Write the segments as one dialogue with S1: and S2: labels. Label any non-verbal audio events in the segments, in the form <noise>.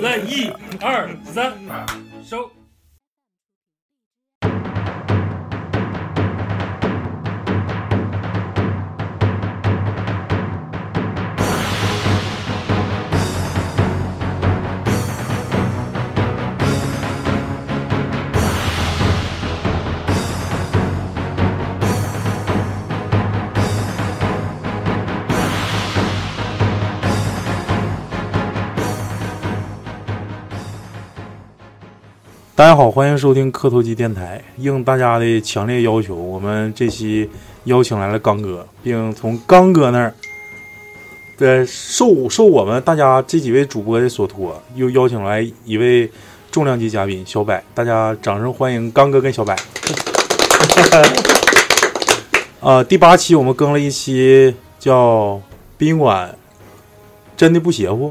S1: 来一二三，收。
S2: 大家好，欢迎收听磕头机电台。应大家的强烈要求，我们这期邀请来了刚哥，并从刚哥那儿，呃，受受我们大家这几位主播的所托，又邀请来一位重量级嘉宾小柏。大家掌声欢迎刚哥跟小柏。 <laughs> 呃，第八期我们更了一期叫“宾馆真的不邪乎”，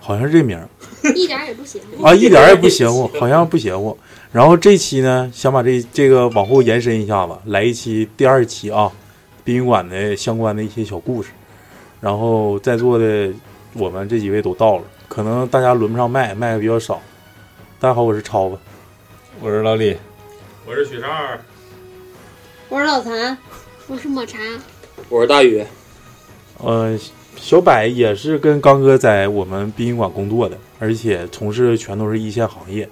S2: 好像是这名儿。
S3: 一点也不行。
S2: 啊，一点儿也不邪乎，好像不邪乎。然后这期呢，想把这这个往后延伸一下子，来一期第二期啊，殡仪馆的相关的一些小故事。然后在座的我们这几位都到了，可能大家轮不上麦，麦的比较少。大家好，我是超子。
S4: 我是老李，
S1: 我是许少二，
S5: <laughs> 我是老谭，我是抹茶，
S4: 我是大宇，
S2: 呃，小柏也是跟刚哥在我们殡仪馆工作的，而且从事全都是一线行业。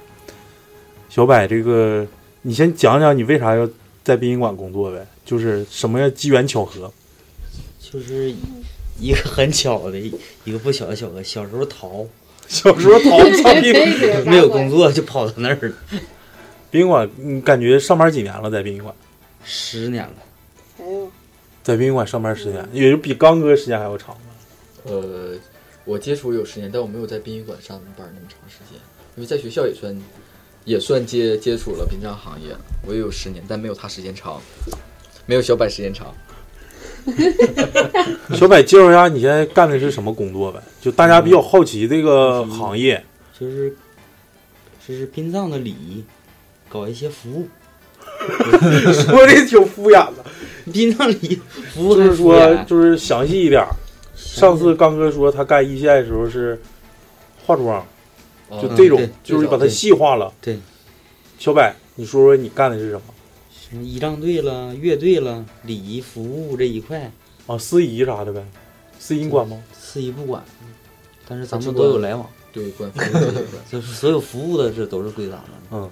S2: 小柏，这个你先讲讲你为啥要在殡仪馆工作呗？就是什么样机缘巧 <laughs> 合？
S6: 就是一个很巧的一个不小的巧合。小时候逃，
S2: 小时候逃操殡
S5: 这个
S6: 没有工作就跑到那儿了， <laughs>
S2: 殡仪馆，你感觉上班几年了？在殡仪馆，
S6: 十年了。
S5: 哎呦，
S2: 在殡仪馆上班时间，也就比刚哥时间还要长吧
S7: 呃，我接触有十年，但我没有在殡仪馆上班那么长时间，因为在学校也算也算接接触了殡葬行业，我也有十年，但没有他时间长，没有小柏时间长。
S2: 小柏，介绍一下你现在干的是什么工作呗？就大家比较好奇这个行业。
S6: 就是就是殡葬的礼仪，搞一些服务。 <laughs>
S2: 嗯 <laughs> 说的挺敷衍的，
S6: 殡葬礼仪服务
S2: 就
S6: 还
S2: 是
S6: 敷
S2: 说
S6: 衍
S2: 就是详细一点儿。上次刚哥说他干一线的时候是化妆，就
S7: 哦
S2: 这种
S6: 对，
S2: 就是把它细化了。
S6: 对，
S2: 小柏，你说说你干的是什么？
S6: 什么仪仗队了、乐队了、礼仪服务这一块，
S2: 啊，司仪啥的呗，司仪你管吗？
S6: 司仪不管，但是咱
S7: 咱
S6: 们
S7: 不
S6: 都有
S7: 管
S6: 来往，
S7: 对，官方对
S6: 就是所有服务的这都是归咱们的。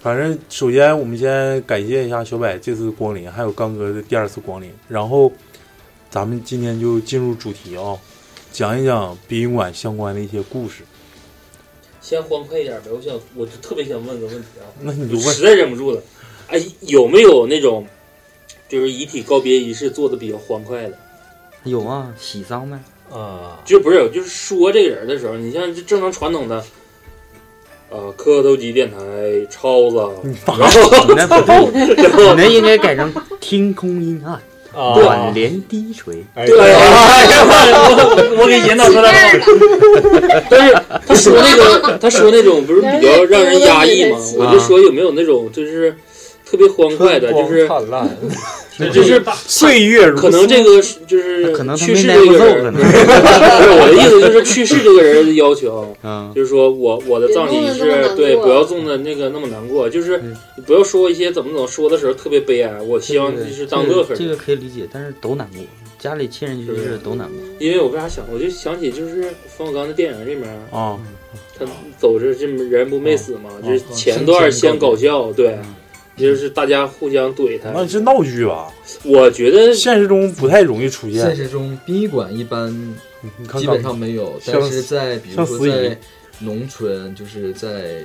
S2: 反正首先我们先感谢一下小柏这次光临，还有刚哥的第二次光临。然后咱们今天就进入主题啊、讲一讲殡仪馆相关的一些故事。
S1: <laughs> 先欢快一点呗。我想，我就特别想问个问题啊，
S2: 那你就
S1: 我
S2: 问
S1: 实在忍不住了。哎，有没有那种就是遗体告别仪式做的比较欢快的？
S6: 有啊，喜丧 <laughs> 呗，
S4: 啊，
S1: 就不是，就是说这个人的时候，你像这正常传统的，呃，磕头机电台超子，
S2: 你发
S1: 然后
S6: 你那不对， <laughs>
S1: 然后
S6: 你那应该改成天空阴 <laughs> 暗，
S4: 啊
S6: 短帘低垂。
S1: 对，哎我我给引导出来了。但是他说那个，他说那种不是比较让人压抑 <laughs> 吗？我就说有没有那种就是特别欢快的，就是
S6: 啊
S4: 灿烂，
S1: 就是
S2: 岁月如
S1: 可能这个是就是
S6: 可能他
S1: 去
S6: 没
S1: 世
S6: 耐
S1: 这
S6: 过
S1: 个
S6: 揍，
S1: 人，
S6: 可
S1: 不
S6: 能
S1: 是。我的意思就是去世这个人的要求。
S6: 啊，
S1: 就是说我我的葬礼仪
S5: 别弄得那么难过
S1: 式，对，不要弄的那个那么难过，就是
S6: 嗯
S1: 你不要说一些怎么怎么说的时候特别悲哀。我希望就是当乐呵
S6: 这个，这个可以理解，但是都难过，家里亲人去世都难过。
S1: 因为我为啥想，我就想起就是冯小刚的电影里面，
S2: 啊，
S1: 他走着这么人不没死嘛，
S2: 嗯
S1: 就是前段
S6: 先
S1: 先搞
S6: 搞
S1: 笑，对
S6: 嗯，
S1: 就是大家互相怼他。
S2: 那是闹剧吧？
S1: 我觉得
S2: 现实中不太容易出
S7: 现
S2: 现。
S7: 实中殡仪馆一般
S2: 你看
S7: 基本上没有，
S2: 像
S7: 但是在比如
S2: 像
S7: 说
S2: 司仪
S7: 在农村，就是在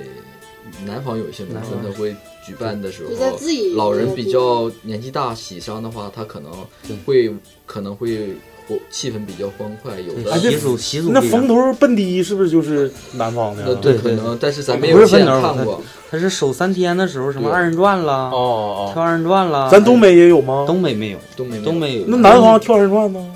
S7: 南方有一些农村，他会举办的时候
S5: 就，
S3: 嗯
S5: 在自己
S7: 老人比较年纪大，喜丧的话，他可能会可能会我气氛比较欢快，有
S2: 哎
S7: 的
S2: 这
S6: 啊
S2: 那冯头蹦迪是不是就是南方的
S7: 那
S6: 呃
S2: 呀？
S7: 对可能呃但是咱没有
S6: 不是分
S7: 现
S6: 头，
S7: 看
S6: 他
S7: 过
S6: 他是首三天的时候，什么
S7: 对
S6: 二人转啦，
S4: 哦
S6: 跳二人转啦。
S2: 咱东北也有吗？
S6: 东北没有，
S7: 东北
S6: 东北有。
S2: 那南方跳二人转吗？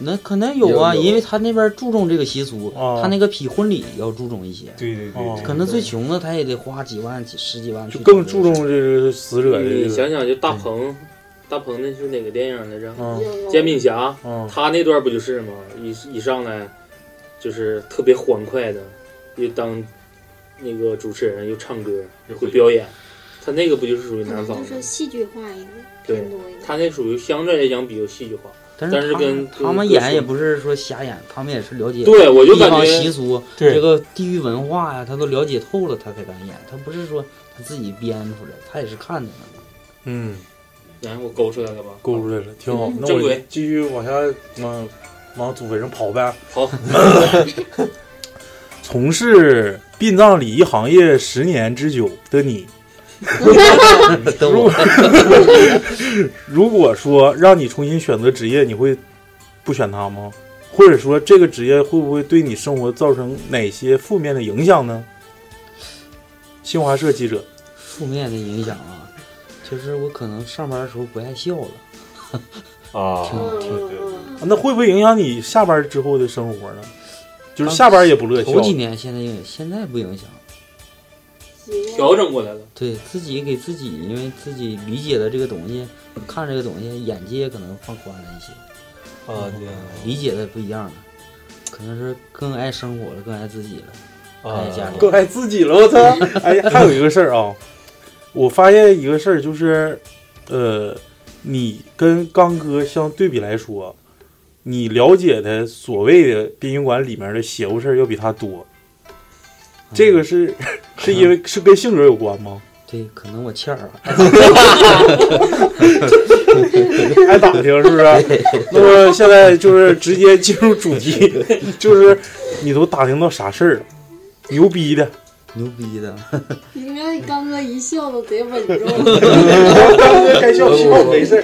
S6: 那可能有啊，
S2: 有有
S6: 因为他那边注重这个习俗，
S2: 哦
S6: 他那个比婚礼要注重一些。
S2: 对对对哦
S6: 可能最穷的他也得花几万、几十几万去。
S2: 更注重这个死者的这
S1: 你
S2: 个
S1: 想想，就大鹏，大鹏那是哪个电影来着？
S2: 嗯
S1: 煎饼侠
S2: 嗯，
S1: 他那段不就是吗？一一上来就是特别欢快的，又当那个主持人，又唱歌，会表演。他那个不就是属于
S5: 可
S1: 南
S5: 能
S1: 方
S5: 就
S1: 的？
S5: 是戏剧化一点，
S1: 对
S5: 偏多一点。， <laughs>
S1: 他那属于相对来讲比较戏剧化，但
S6: 但是他
S1: 跟
S6: 们他们演也不是说瞎演，他们也是了解
S1: 对我就
S6: 地方
S1: 感觉
S6: 习俗，
S1: 对
S6: 这个地域文化呀、他都了解透了，他才敢演。他不是说他自己编出来，他也是看的。
S2: <laughs> 嗯，
S1: 然哎后我勾出来了吧？
S2: 勾出来了，挺好。那
S1: 正
S2: 我
S1: 轨
S2: 嗯继续往下往往祖坟上跑呗。
S1: 好。
S2: <laughs> 从事殡葬礼仪行业十年之久的你，如果如果说让你重新选择职业，你会不选它吗？或者说这个职业会不会对你生活造成哪些负面的影响呢？新华社记者，
S6: 负面的影响啊，就是我可能上班的时候不爱笑了。
S2: 啊
S6: 挺挺
S2: 那会不会影响你下班之后的生活呢？就是下班也不乐笑。
S6: 头几年现在影现在不影响，
S1: 调整过来了。
S6: 对自己给自己，因为自己理解的这个东西，看这个东西，眼界可能放宽了一些。嗯
S4: 啊对
S6: 理解的不一样了，可能是更爱生活了，更爱自己了，更
S4: 啊
S6: 爱家里了，
S2: 更爱自己了，我操！ <laughs> 哎呀，还有一个事儿啊，我发现一个事儿就是，呃，你跟刚哥相对比来说，你了解的所谓的殡仪馆里面的邪乎事儿要比他多。这个是 <laughs> 是因为是跟性格有关 <laughs> 吗？
S6: 对，可能我欠儿
S4: <laughs>
S6: 啊。
S2: 爱打听是不 <laughs> 是？那么现在就是直接进入主题，就是你都打听到啥事儿了？牛逼的，
S6: 牛逼的，
S5: 你看刚哥一笑都贼稳重。
S2: 刚哥该笑笑，没事儿。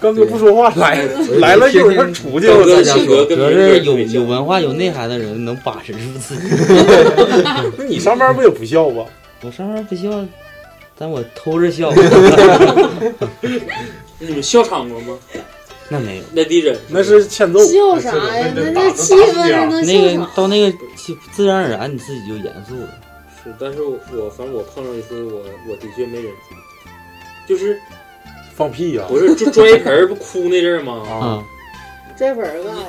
S2: 刚哥不说话，来来了一会儿出去，我
S6: 大
S2: 再
S6: 家
S2: 说
S6: 说，。主要是有有文化、有内涵的人能把持住自己。
S2: 那你上班不也不笑吗？
S6: <laughs> 我上班不笑，但我偷着笑。 <laughs>
S1: 你们笑场过吗？
S6: 那没有，
S1: 那地人
S2: 那是欠揍。
S5: 笑啥呀？那那气氛还能笑
S6: 那个
S5: 啥？
S6: 到那个就自然而然你自己就严肃了。
S1: 是，但是我我反正我碰上一次，我我的确没忍住，就是
S2: 放屁呀！
S1: 不是就摔盆儿不哭那阵儿吗？
S2: 啊，
S5: 这本儿干啥？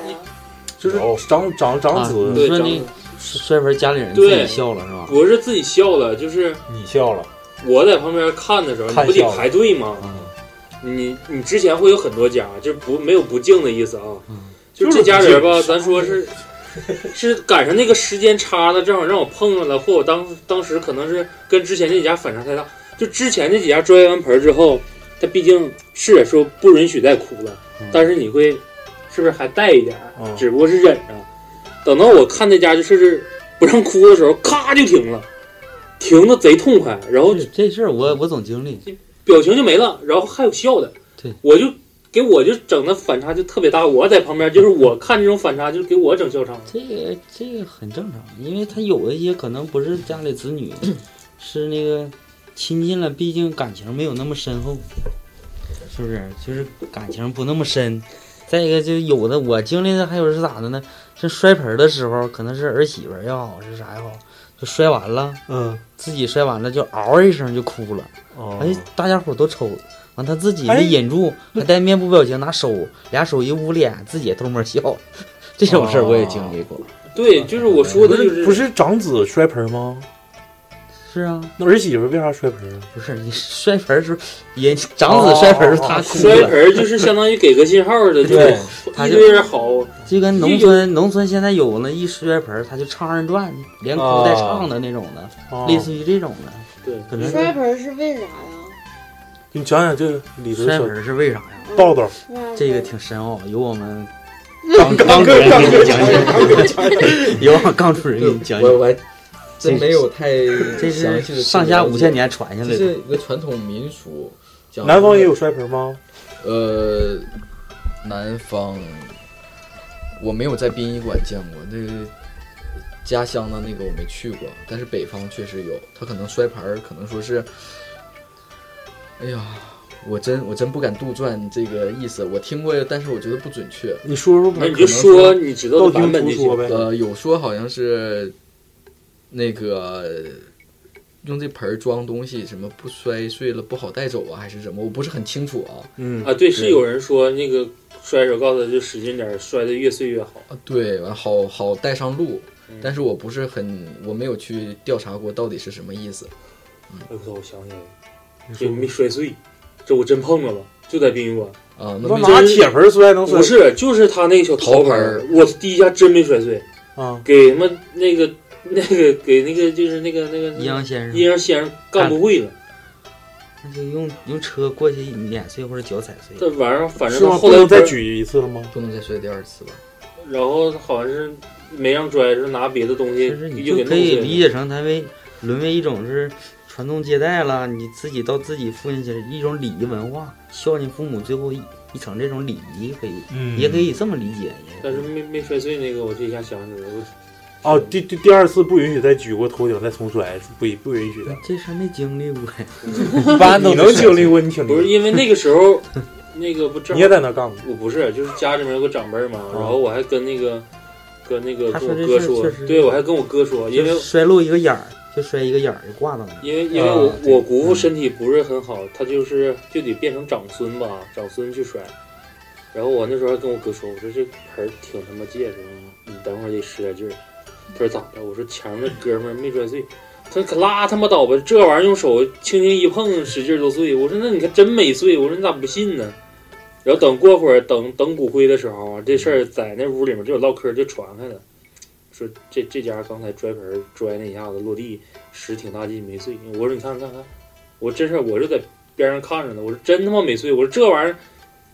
S2: 就是长长长
S6: 啊，
S2: 子。
S6: 你说那摔盆家里人自己
S1: 对
S6: 笑了是吧？
S1: 不是自己笑了，就是
S4: 你笑了，
S1: 我在旁边看的时候，
S4: 看
S1: 你不
S4: 笑
S1: 得
S4: 了
S1: 排队吗？
S6: 啊
S1: 你你之前会有很多家，就不没有不敬的意思啊，就这家人吧，咱说是是赶上那个时间差了，正好让我碰上了，或我当当时可能是跟之前那几家反差太大，就之前那几家摔完盆儿之后，他毕竟是说不允许再哭了，但是你会是不是还带一点儿，
S2: 嗯
S1: 只不过是忍着。等到我看那家就是不让哭的时候，咔就停了，停的贼痛快，然后
S6: 这事儿我我总经历，
S1: 表情就没了，然后还有笑的，
S6: 对，
S1: 我就给我就整的反差就特别大，我在旁边就是我看这种反差就是给我整笑场，
S6: 这个这个很正常，因为他有的一些可能不是家里子女， <clears throat> 是那个亲近了，毕竟感情没有那么深厚，是不是？就是感情不那么深。再一个，就有的我经历的还有是咋的呢？是摔盆儿的时候，可能是儿媳妇儿也好，是啥也好，就摔完了，
S2: 嗯，
S6: 自己摔完了就嗷一声就哭了，
S2: 哦
S6: 哎，大家伙儿都抽了。完，他自己
S2: 哎
S6: 没忍住，还带面部表情，拿手俩手一捂脸，自己也偷摸笑。 <laughs> 这种事儿我也经历过。
S1: 对，就是我说的就是
S2: 不是长子摔盆吗？
S6: 是啊，
S2: 那儿媳妇为啥摔盆啊？
S6: 不是你摔盆儿时候，也长子摔盆儿时候他哭了，
S1: 摔盆儿就是相当于给个信号的，就
S6: 对他
S1: 一
S6: 就
S1: 堆人吼，
S6: 就跟农村农村现在有那一摔盆儿他就唱二人转，连哭带唱的那种的，
S2: 哦
S6: 类似于这种的。
S1: 对，
S6: 可能
S5: 摔
S6: 是
S5: 盆儿是为啥呀？
S2: 你讲讲这里头
S6: 摔盆儿是为啥呀？
S2: 道道。
S6: 这个挺深奥，由我们
S5: 刚
S6: 刚主任给你讲解，由我刚主任给
S7: 对
S6: 你讲
S7: 我我
S6: 解。
S7: 还真没有太
S6: 这
S7: 详细
S6: 是
S7: 的
S6: 上下五千年传下来
S7: 这
S6: 的，
S7: 是一个传统民俗。讲
S2: 南方也有摔盆吗？
S7: 呃，南方，我没有在殡仪馆见过，那个家乡的那个我没去过，但是北方确实有，他可能摔盘儿，可能说是，哎呀，我真我真不敢杜撰这个意思，我听过，但是我觉得不准确。
S2: 你说说呗
S7: 可能
S2: 那你就说你知道的
S7: 道听
S2: 版本
S7: 途
S2: 就行
S7: 说
S2: 呗
S6: 嗯
S7: 呃，有说好像是那个用这盆儿装东西，什么不摔碎了不好带走啊，还是什么？我不是很清楚啊。
S2: 嗯
S1: 啊，对，是有人说那个摔手告诉他就使劲点儿，摔得越碎越好。
S7: 对，完好好带上路，但是我不是很，我没有去调查过到底是什么意思。
S1: 哎我操，我想起来了，这没摔碎，这我真碰着了，就在殡仪馆
S7: 啊
S2: 呃那没拿铁盆摔能摔
S1: 不是，就是他那个小陶盆儿，我第一下真没摔碎
S2: 啊，
S1: 给他妈那个 <laughs> 那个给那个就是那个那个
S6: 阴阳先生
S1: 阴阳先生干不会了，
S6: 那就用用车过去碾碎或者脚踩碎。
S1: 这玩意儿反正后来不是
S2: 一次了吗？
S7: 不能再摔第二次吧？，
S1: 然后好像是没让拽，是拿别的东西
S6: 你
S1: 又给弄
S6: 就可以
S1: 碎
S6: 理
S1: 了。
S6: 解成它为沦为一种是传宗接代了，你自己到自己父亲家一种礼仪文化，孝敬父母最后一一层这种礼仪，可以、
S2: 嗯
S6: 也可以这么理解。
S1: 但是没没摔碎那个，我这一下想起来
S6: 嗯
S1: 了，
S2: 哦，第第第二次不允许再举过头顶再重摔，不不允许的。
S6: 这事没经历过呀，
S1: <laughs>
S2: 一般都你能经历过你挺厉害
S1: 不是因为那个时
S6: <laughs>
S1: 候，那个不正
S2: 你也在那干过？
S1: 我不是，就是家里面有个长辈嘛，然后我还跟那个跟那个
S6: 哦他
S1: 跟我
S6: 说这
S1: 哥
S6: 事儿
S1: 说
S6: 确，实
S1: 对我还跟我哥说，因为
S6: 就摔漏一个眼儿，就摔一个眼儿就挂到那儿。
S1: 因为因为我、我姑父身体不是很好，他就是就得变成长孙吧，长孙去摔。然后我那时候还跟我哥说，我说这盆儿挺他妈结实的，你等会儿得使点劲儿。他说咋的？我说前面那哥们儿没摔碎，他说可拉他妈倒吧，这玩意儿用手轻轻一碰，使劲儿就碎。我说那你可真没碎，我说你咋不信呢？然后等过会儿，等等骨灰的时候啊，这事儿在那屋里面就有唠嗑，就传开了。说这这家刚才摔盆儿摔那一下子落地，屎挺大劲没碎。我说你看看看，我真是我就在边上看着呢，我说真他妈没碎。我说这玩意儿，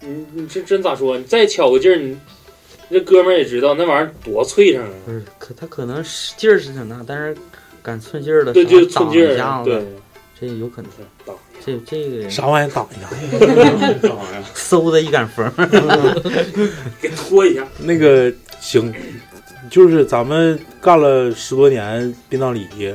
S1: 你你这真咋说？你再巧个劲儿，你这哥们儿也知道那玩意儿多脆诚啊。
S6: 不是，可他可能是劲儿是挺大，但是敢寸劲儿的，
S1: 对
S6: 啥
S1: 就寸
S6: 挡
S1: 劲儿
S6: 一下子
S1: 对，
S6: 这有可能。
S1: 挡
S6: 这这个人
S2: 啥玩意儿挡
S4: 啊
S6: <laughs> 一下？嗖的一杆风，
S1: 给拖一下。 <laughs>
S2: 那个行，就是咱们干了十多年殡葬礼仪，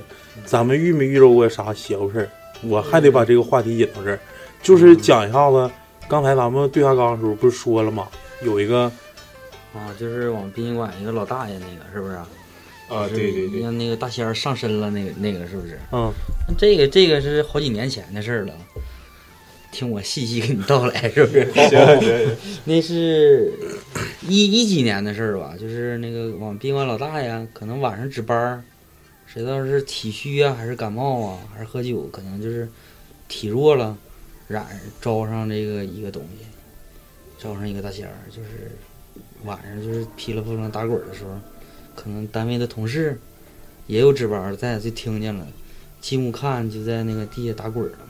S2: 咱们遇没遇着过啥邪乎事儿？我还得把这个话题引到这儿，
S1: 嗯
S2: 就是讲一下子，刚才咱们对下纲的时候不是说了吗？有一个
S6: 啊，就是往殡仪馆一个老大爷那个是不是？
S4: 啊
S6: 就是
S4: 对对对
S6: 让那个大仙儿上身了，那个那个是不是？
S2: 嗯，
S6: 这个这个是好几年前的事儿了，听我细细给你道来，是不是？
S4: 行行行
S6: 那是一一几年的事儿吧，就是那个往宾馆老大爷可能晚上值班儿，谁知道是体虚啊，还是感冒啊，还是喝酒，可能就是体弱了，染招上这个一个东西，招上一个大仙儿，就是晚上就是噼里啪啦打滚儿的时候，可能单位的同事也有值班儿的在，就听见了，进屋看就在那个地下打滚儿了嘛，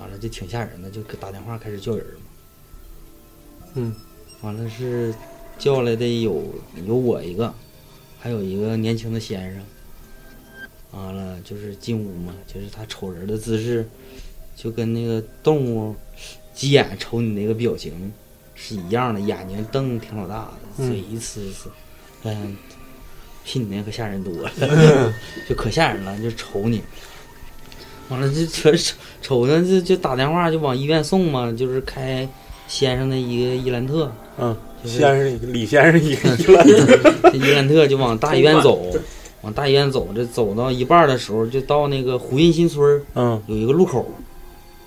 S6: 完了就挺吓人的，就给打电话开始叫人嘛。
S2: 嗯，
S6: 完了是叫来的有有我一个，还有一个年轻的先生。完了就是进屋嘛，就是他瞅人的姿势，就跟那个动物鸡眼瞅你那个表情是一样的，眼睛瞪挺老大的，
S2: 嗯
S6: 嘴一呲一呲，嗯，比你那可吓人多
S2: 嗯
S6: 了， <laughs> 就可吓人了，就瞅你。完了就全瞅瞅着就就打电话就往医院送嘛，就是开先生的一个伊兰特，
S2: 嗯，
S6: 就是
S2: 先生一个李先生一个
S4: <laughs>
S2: 伊兰特
S6: 伊兰特就往大医院走，往大医院走，这走到一半儿的时候，就到那个胡印新村儿，
S2: 嗯，
S6: 有一个路口，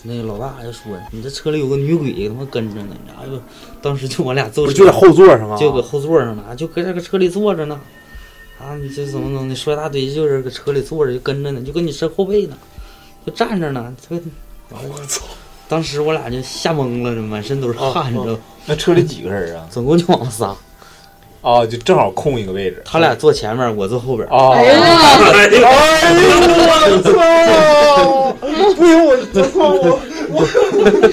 S6: 那个老大就说：“你这车里有个女鬼，他妈跟着呢。”哎呦，当时就我俩揍
S2: 不
S6: 起
S2: 是
S6: 来
S2: 就在后座上啊
S6: 就搁后座上呢，就搁这个车里坐着呢。啊，你这怎么怎么的，说一大堆，就是搁车里坐着就跟着呢，就跟你车后背呢，就站着呢。这个，我操！当时我俩就吓懵了，这满身都是
S2: 啊
S6: 汗，你知道吗？
S4: 那车里几个人啊？
S6: 总共就我们仨。
S4: 啊，就正好空一个位置。
S6: 他
S2: 啊
S6: 俩坐前面，我坐后边。
S4: 哦哎呀哎呀
S2: 我操！不行，我操我！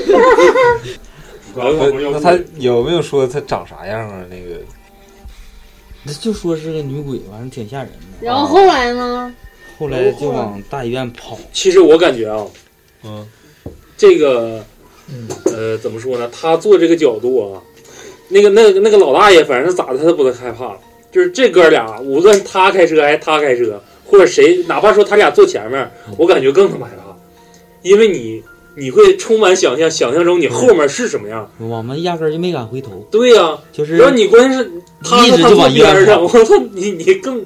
S4: 那他有没有说他长啥样啊？那个
S6: 那就说是个女鬼，完了挺吓人的。
S5: 然后后来呢？
S6: 后来就往大医院跑。
S1: 其实我感觉啊，
S6: 嗯
S1: 这个，呃，怎么说呢？他做这个角度啊，那个那个那个老大爷，反正咋的他都不能害怕了。就是这哥俩，无论他开车还是他开车，或者谁，哪怕说他俩坐前面，
S6: 嗯
S1: 我感觉更他妈害怕，因为你你会充满想象，想象中你后面是什么样。
S6: 我们压根儿就没敢回头，
S1: 对呀、
S6: 就是
S1: 然后你关键是他
S6: 嗯一直
S1: 他
S6: 就
S1: 坐
S6: 往一
S1: 边
S6: 边
S1: 儿上，
S6: 跑
S1: 我操你你更，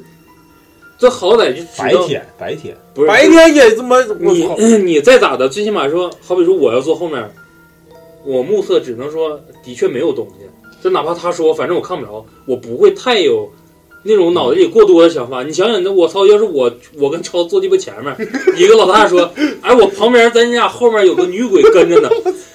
S1: 这好歹就知
S4: 白
S1: 道
S4: 天白天
S1: 不是
S4: 白天也这么我
S1: 你
S4: 操
S1: 你再咋的，最起码说，好比说我要坐后面，我目测只能说的确没有东西。就哪怕他说，反正我看不着，我不会太有那种脑子里过多的想法。你想想，那我操，要是我我跟超坐鸡巴前面， <laughs> 一个老大说，哎，我旁边咱俩后面有个女鬼跟着呢，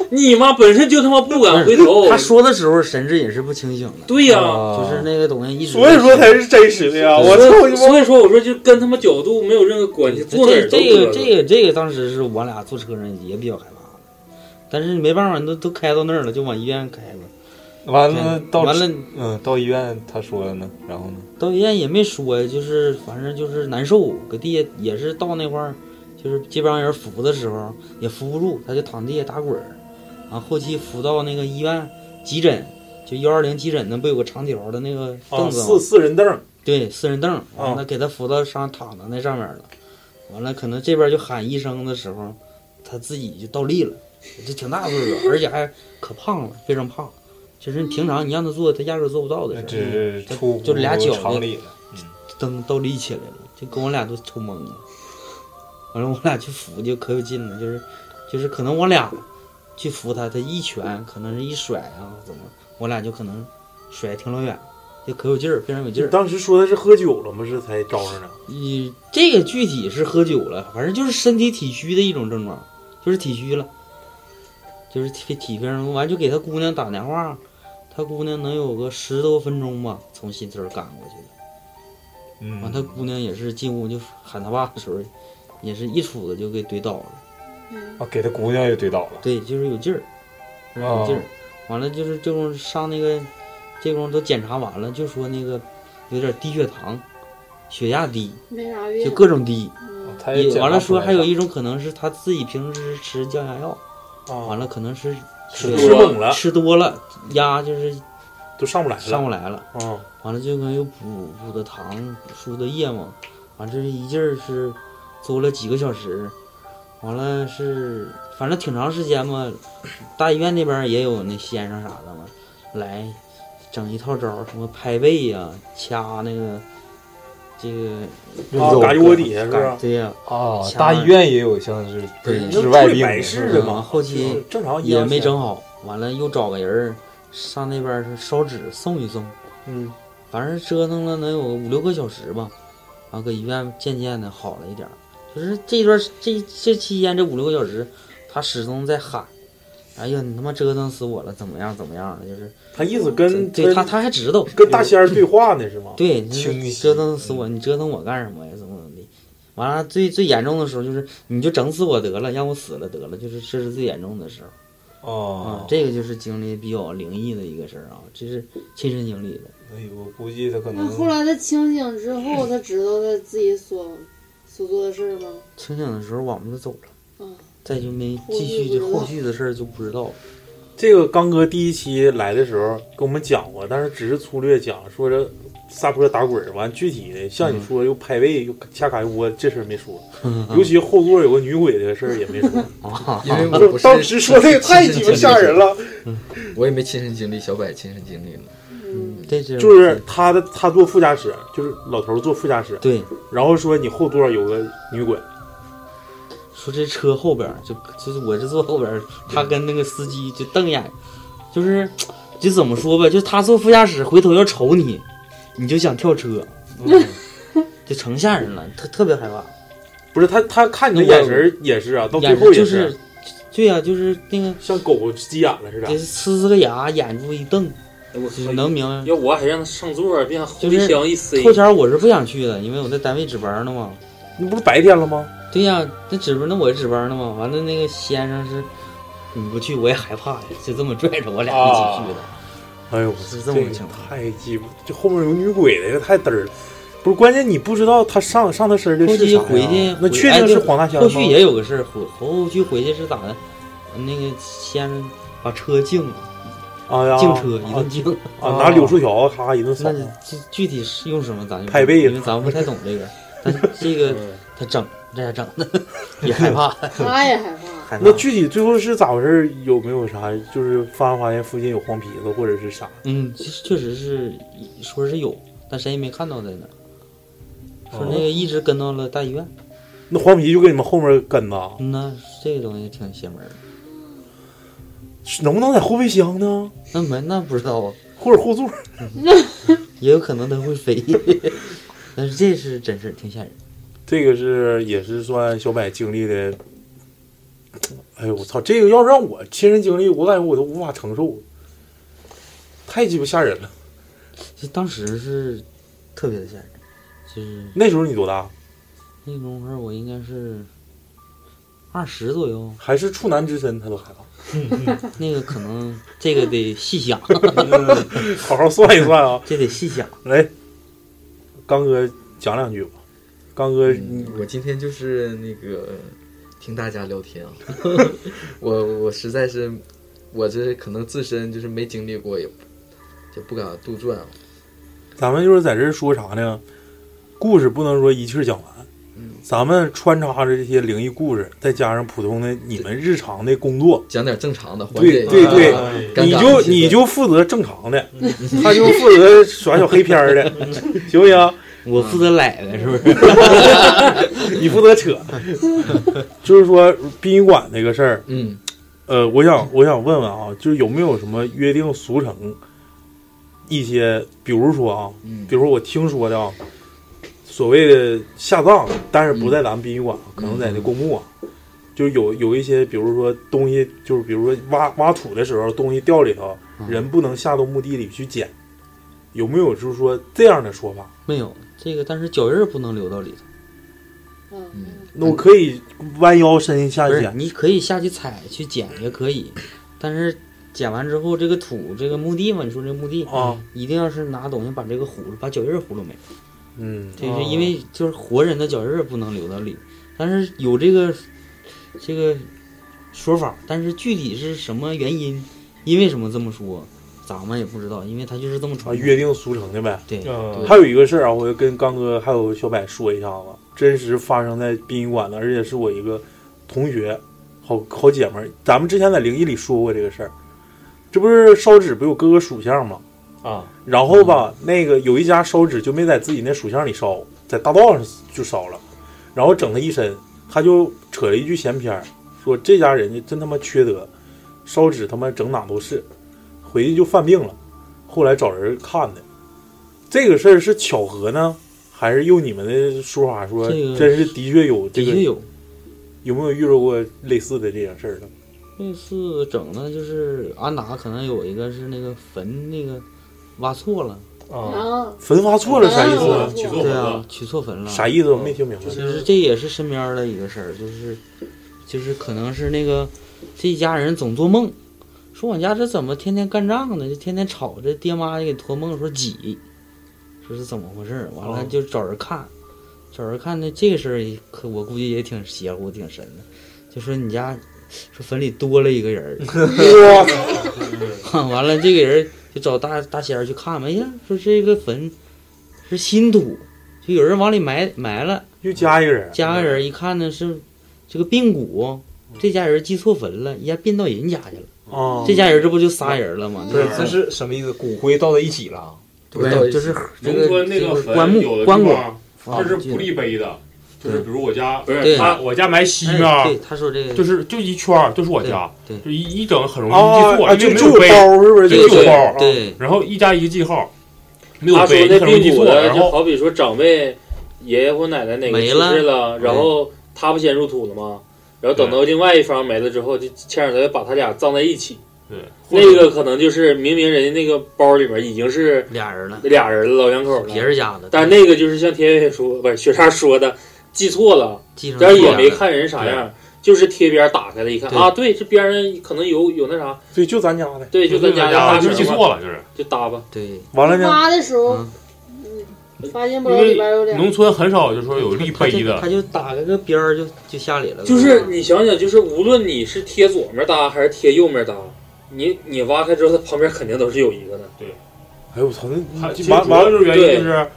S1: 你妈本身就他妈不敢回头。
S6: <laughs> 他说啊的时候神志也是不清醒的，
S1: 对呀、
S6: 就是那个东西一直。
S1: 所以说才是
S4: 真实的
S6: <laughs>
S4: 呀
S6: 我
S1: 所以所以说我说就跟他妈角度没有任何关系，坐哪
S6: 这
S1: 儿都
S6: 这
S1: 得
S6: 个这个这个当时是我俩坐车上也比较害怕的，但是没办法，都都开到那儿了，就往医院开了。
S4: 完了到
S6: 完了，
S4: 嗯，到医院他说了呢，然后呢？
S6: 到医院也没说，就是反正就是难受，搁地下也是到那块儿，就是这帮人扶的时候也扶不住，他就躺地下打滚儿，然后后期扶到那个医院急诊，就幺二零急诊那不有个长条的那个啊
S2: 啊哦
S6: 凳子吗？
S4: 四四人凳，
S6: 对，四人凳，完了给他扶到上躺到那上面了，完了可能这边就喊医生的时候，他自己就倒立了，就挺大岁数，而且还可胖了，非常胖，就是你平常你让他做，他压根儿做不到的事儿，
S4: 这是
S6: 他
S4: 出乎
S6: 就俩脚
S4: 常
S6: 就
S4: 理了。
S6: 蹬倒立起来了，就跟我俩都抽懵了。完了，我俩去扶就可有劲了，就是就是可能我俩去扶他，他一拳可能是一甩啊，怎么我俩就可能甩挺老远，就可有劲儿，非常有劲儿。
S2: 当时说的是喝酒了吗？是才招上的。
S6: 你这个具体是喝酒了，反正就是身体体虚的一种症状，就是体虚了，就是体体非常完就给他姑娘打电话，他姑娘能有个十多分钟吧，从新村赶过去的。
S4: 嗯
S6: 完他姑娘也是进屋就喊他爸的时候，也是一杵子就给怼倒了。
S4: 啊，给他姑娘也怼倒了。
S6: 对，就是有劲儿，就是有劲儿。完了就是这功夫上那个，这功夫都检查完了，就说那个有点低血糖，血压低。
S5: 没啥用。
S6: 就各种低。
S4: 他也
S6: 也
S4: 检
S6: 完了
S4: 查出
S6: 说
S4: 来
S6: 还
S4: 啥
S6: 有一啊种可能是他自己平时吃降压药，
S2: 啊
S6: 完了可能是
S4: 吃
S6: 对
S4: 多了吃猛了
S6: 吃多了压就是
S2: 都上不来了
S6: 上不来了。
S2: 嗯，
S6: 完了就跟又补补的糖，输的液嘛，完这一劲儿是作了几个小时，完了是反正挺长时间嘛。大医院那边也有那先生啥的嘛，来整一套招儿，什么拍背呀、掐那个这个
S4: 啊嘎鸡窝底下是吧
S6: 嘎对呀、
S4: 啊
S6: 掐
S4: 大医院也有像是
S6: 对
S4: 治外病
S6: 白事的嘛，后期
S2: 正常医疗
S6: 也没
S2: 钱
S6: 整好，完了又找个人儿上那边儿是烧纸送一送，
S2: 嗯，
S6: 反正折腾了能有五六个小时吧，然后搁医院渐渐的好了一点儿，就是这段这这期间这五六个小时，他始终在喊。哎呀，你他妈折腾死我了！怎么样？怎么样的？就是
S2: 他意思跟
S6: 对他他还知道
S2: 跟大仙儿对话呢是吗？
S6: 对，你说你折腾死我，你折腾我干什么呀？怎么怎么地？完了，最最严重的时候就是，你就整死我得了，让我死了得了，就是这是最严重的时候。
S4: 哦
S6: 啊，这个就是经历比较灵异的一个事儿啊，这是亲身经历的。
S4: 哎呦，我估计他可
S2: 嗯
S6: 能
S5: 那后来他清醒之后，他知道他自己所所做的事儿吗？
S6: 清醒的时候我们就走了，
S5: 嗯，
S6: 再就没
S5: 后
S6: 继续
S5: 续
S6: 就
S5: 不知道
S6: 后续的事儿就不知道了。
S2: 这个刚哥第一期来的时候跟我们讲过，但是只是粗略讲，说这撒泼打滚儿，完具体的像你说的又拍背又掐嘎一窝，这事儿没说。 <laughs> 尤其后座有个女鬼这事儿也没说
S7: <laughs>
S6: 啊 <laughs>
S7: 因为
S2: <laughs>
S7: 我
S2: 就
S7: 不是
S2: 当时说这个太鸡巴吓人了。
S7: 我也没亲身经历，小柏也亲身经历了。
S6: 对，
S2: 就是他的他坐副驾驶，就是老头儿坐副驾驶，
S6: 对，
S2: 然后说你后座有个女鬼，
S6: 说这车后边儿就就是我是坐后边儿，他跟那个司机就瞪眼，就是就怎么说吧，就是他坐副驾驶回头要瞅你，你就想跳车，
S2: 嗯
S6: <laughs> 就成吓人了，特特别害怕。
S2: 不是他他看你的眼神儿也是啊，到最
S6: 眼
S2: 后也
S6: 就。对呀、就是那个
S2: 像狗急眼了似的，
S6: 就是呲呲个牙，眼珠一瞪，能明白。
S1: 要我还让他上座儿，别想后
S6: 就
S1: 备
S6: 是
S1: 箱一塞。
S6: 头前我是不想去的，因为我在单位值班呢嘛。
S2: 你不是白天了吗？
S6: 对呀、那值班那我也值班呢嘛。完了那个先生是，你不去我也害怕呀，就这么拽着我俩一起去的。
S2: 哎呦，
S6: 是
S2: 这
S6: 这
S2: 个
S6: 么个情况。
S2: 太鸡巴，这后面有女鬼的，这太嘚儿了。不是，关键你不知道他上上他身儿的
S6: 后
S2: 是
S6: 期
S2: 啥呀
S6: 回去，
S2: 那
S6: 回
S2: 确
S6: 哎
S2: 定
S6: 对
S2: 是黄大仙吗
S6: <laughs> 后续也有个事儿，后后续回去是咋的？那个先生把车净了，
S2: 啊呀，
S6: 净车一顿净
S2: 啊，拿柳树条咔一顿扫
S6: <laughs> 那，具具体是用什么咱就不
S2: 拍背嗯
S6: 因为咱们不太懂这个。但这
S2: <laughs>
S6: 个他整这样整的也害怕，
S5: 他也害怕。
S6: 害怕 <laughs>
S2: 那具体最后是咋回事？有没有啥？就是发没发现附近有黄皮子或者是啥？
S6: 嗯，其实确实是说是有，但谁也没看到在哪儿。说那个一直跟到了大医院，
S2: 那黄皮就跟你们后面跟呐，
S6: 嗯那这个东西挺邪门儿的。
S2: 能不能在后备箱呢？
S6: 那没那不知道啊，
S2: 或者后座？
S6: 也有可能它会飞。 <laughs> 但是这是真事儿，挺吓人。
S2: 这个是也是算小柏经历的。哎呦我操！这个要让我亲身经历，我感觉我都无法承受，太鸡巴吓人了。
S6: 就当时是特别的吓人，就是
S2: 那时候你多大？
S6: 那功夫我应该是二十左右，
S2: 还是处男之身，他都害怕。
S6: 那个可能这个得细想，
S2: 好好算一算啊！
S6: 这得细想。
S2: 来，哎刚哥讲两句吧。刚哥，
S7: 嗯，我今天就是那个听大家聊天啊，
S2: <laughs>
S7: 我我实在是，我这可能自身就是没经历过，也不就不敢杜撰啊。
S2: 哎咱们就是在这儿说啥呢？故事不能说一气儿讲完，咱们穿插着这些灵异故事，再加上普通的你们日常的工作，
S7: 讲点正常的，缓解
S2: 对
S7: 一
S2: 对
S7: 下
S2: 对
S7: 啊尴
S2: 你
S7: 尬
S2: 就
S7: 的气氛嗯
S2: 你就负责正常的，他就负责耍小黑片儿的，行不行？
S6: 我负责来呗，是不是？ <laughs>
S2: 你负责扯。就是说殡仪馆那个事儿，
S7: 嗯，
S2: 呃，我想我想问问啊，就是有没有什么约定俗成？一些，比如说啊，
S7: 嗯
S2: 比如说我听说的啊，所谓的下葬，但是不在咱们殡仪馆，
S6: 嗯
S2: 可能在那公墓啊，就是有有一些，比如说东西，就是比如说挖挖土的时候，东西掉里头，
S6: 嗯
S2: 人不能下到墓地里去捡，有没有就是说这样的说法？
S6: 没有这个，但是脚印儿不能留到里头。
S5: 嗯，
S2: 那我可以弯腰伸下
S6: 不
S2: 去
S6: 是，
S2: 捡，
S6: 你可以下去踩去捡也可以，但是捡完之后，这个土这个墓地嘛，你说这墓地
S2: 啊，
S6: 一定要是拿东西把这个糊把脚印儿糊弄没。
S2: 嗯，
S6: 这是因为就是活人的脚印儿不能留到里，但是有这个这个说法，但是具体是什么原因，因为什么这么说，咱们也不知道，因为他就是这么
S2: 啊
S6: 传
S2: 约定俗成的呗。
S6: 对，
S4: 嗯，
S2: 还有一个事儿啊，我要跟刚哥还有小柏说一下子，真实发生在殡仪馆的，而且是我一个同学，好好姐们儿。咱们之前在灵异里说过这个事儿，这不是烧纸不有各个属相吗？
S4: 啊，
S2: 然后吧，那个有一家烧纸就没在自己那属相里烧，在大道上就烧了，然后整他一身，他就扯了一句闲篇儿，说这家人家真他妈缺德，烧纸他妈整哪都是，回去就犯病了，后来找人看的，这个事儿是巧合呢，还是用你们的说法说，
S6: 这个
S2: 真是的确有这
S6: 的
S2: 个
S6: 确有
S2: 有没有遇到过类似的这种事儿呢？
S6: 类似整的，就是安达可能有一个是那个坟那个挖错了，
S4: 啊，
S5: 啊，
S2: 坟挖错了啥意思啊？
S4: 举错
S6: 嗯对
S4: 了
S6: 啊，取错坟了，
S2: 啥意思？我没听明白。
S6: 就是这也是身边儿的一个事儿，就是就是可能是那个这一家人总做梦，说我家这怎么天天干仗呢？就天天吵，这爹妈也给托梦说挤，说是怎么回事儿？完了
S2: 哦
S6: 就找人看，找人看呢，这个事儿也可我估计也挺邪乎，挺神的，就说你家说坟里多了一个 <laughs> 人儿，
S2: 我操！
S6: 完了这个人就找大大仙儿去看嘛，哎呀，说这个坟是新土，就有人往里埋埋了。
S2: 又加一个人，
S6: 家人一看呢是这个病骨，这家人记错坟了，人家变到人家去了。
S2: 啊，
S6: 这家人这不就仨人了吗？
S4: 不是，这
S6: 这
S4: 是什么意思？骨灰倒在一起了，
S6: 对，就是这
S8: 农
S6: 个
S8: 村那
S6: 这
S8: 个
S6: 棺
S8: 坟
S6: 木
S8: 有的
S6: 棺
S8: 地
S6: 椁
S8: 方它是不立碑的，就是比如我家
S4: 不
S6: 对
S4: 是他，啊我家埋西
S6: 哎
S4: 面儿
S6: 对，，他说这个
S4: 就是就一圈儿，就是我家，
S6: 对
S4: 就一一整很容易记
S2: 啊
S4: 错，
S2: 啊，
S4: 因为
S2: 就
S4: 没有
S2: 就有
S4: 碑，
S2: 包是不是？
S4: 对
S2: 就有
S4: 对
S2: 包啊。
S6: 对
S4: 然后一加一个记号，没有
S1: 他说
S4: 碑，
S1: 那
S4: 很容易
S1: 病
S4: 记
S1: 骨
S4: 错，
S1: 的，
S4: 然
S1: 就
S4: 后
S1: 好比说长辈、爷爷或奶奶哪个去
S6: 没
S1: 世
S6: 了
S1: 了，然后他不先入土了吗？然后等到另外一方没了之后，就牵扯他把他俩葬在一起。
S4: 对，
S1: 那个可能就是明明人家那个包里面已经是
S6: 俩人了，
S1: 俩人了老两口
S6: 别
S1: 了，
S6: 人家的，
S1: 但那个就是像天雪说不是雪莎说的，记错了，
S6: 记上
S1: 但是
S6: 错
S1: 也
S6: 了
S1: 没看人啥样，就是贴边打开了，一看
S6: 对
S1: 啊，对，这边上可能有有那啥，
S2: 对，就咱家的。
S1: 对，就咱家的
S4: 啊
S1: 大
S4: 就
S1: 婶
S4: 是记
S1: 嘛
S4: 错了，就是
S1: 就搭吧，
S6: 对，
S2: 完了呢，
S5: 挖的时候
S6: 嗯，
S5: 嗯，发现不了里边有
S4: 农
S5: 俩，
S4: 村很少就说有立
S6: 他
S4: 碑
S6: 就他
S4: 的，
S6: 就打了个边儿就就下里了，
S1: 就是你想想，就是无论你是贴左面搭还是贴右面搭，你你挖开之后，它旁边肯定都是有一个的。
S8: 对，
S2: 哎呦我操，那
S8: 他其实
S2: 完
S8: 主要
S2: 完
S8: 就是原因就
S2: 对
S8: 是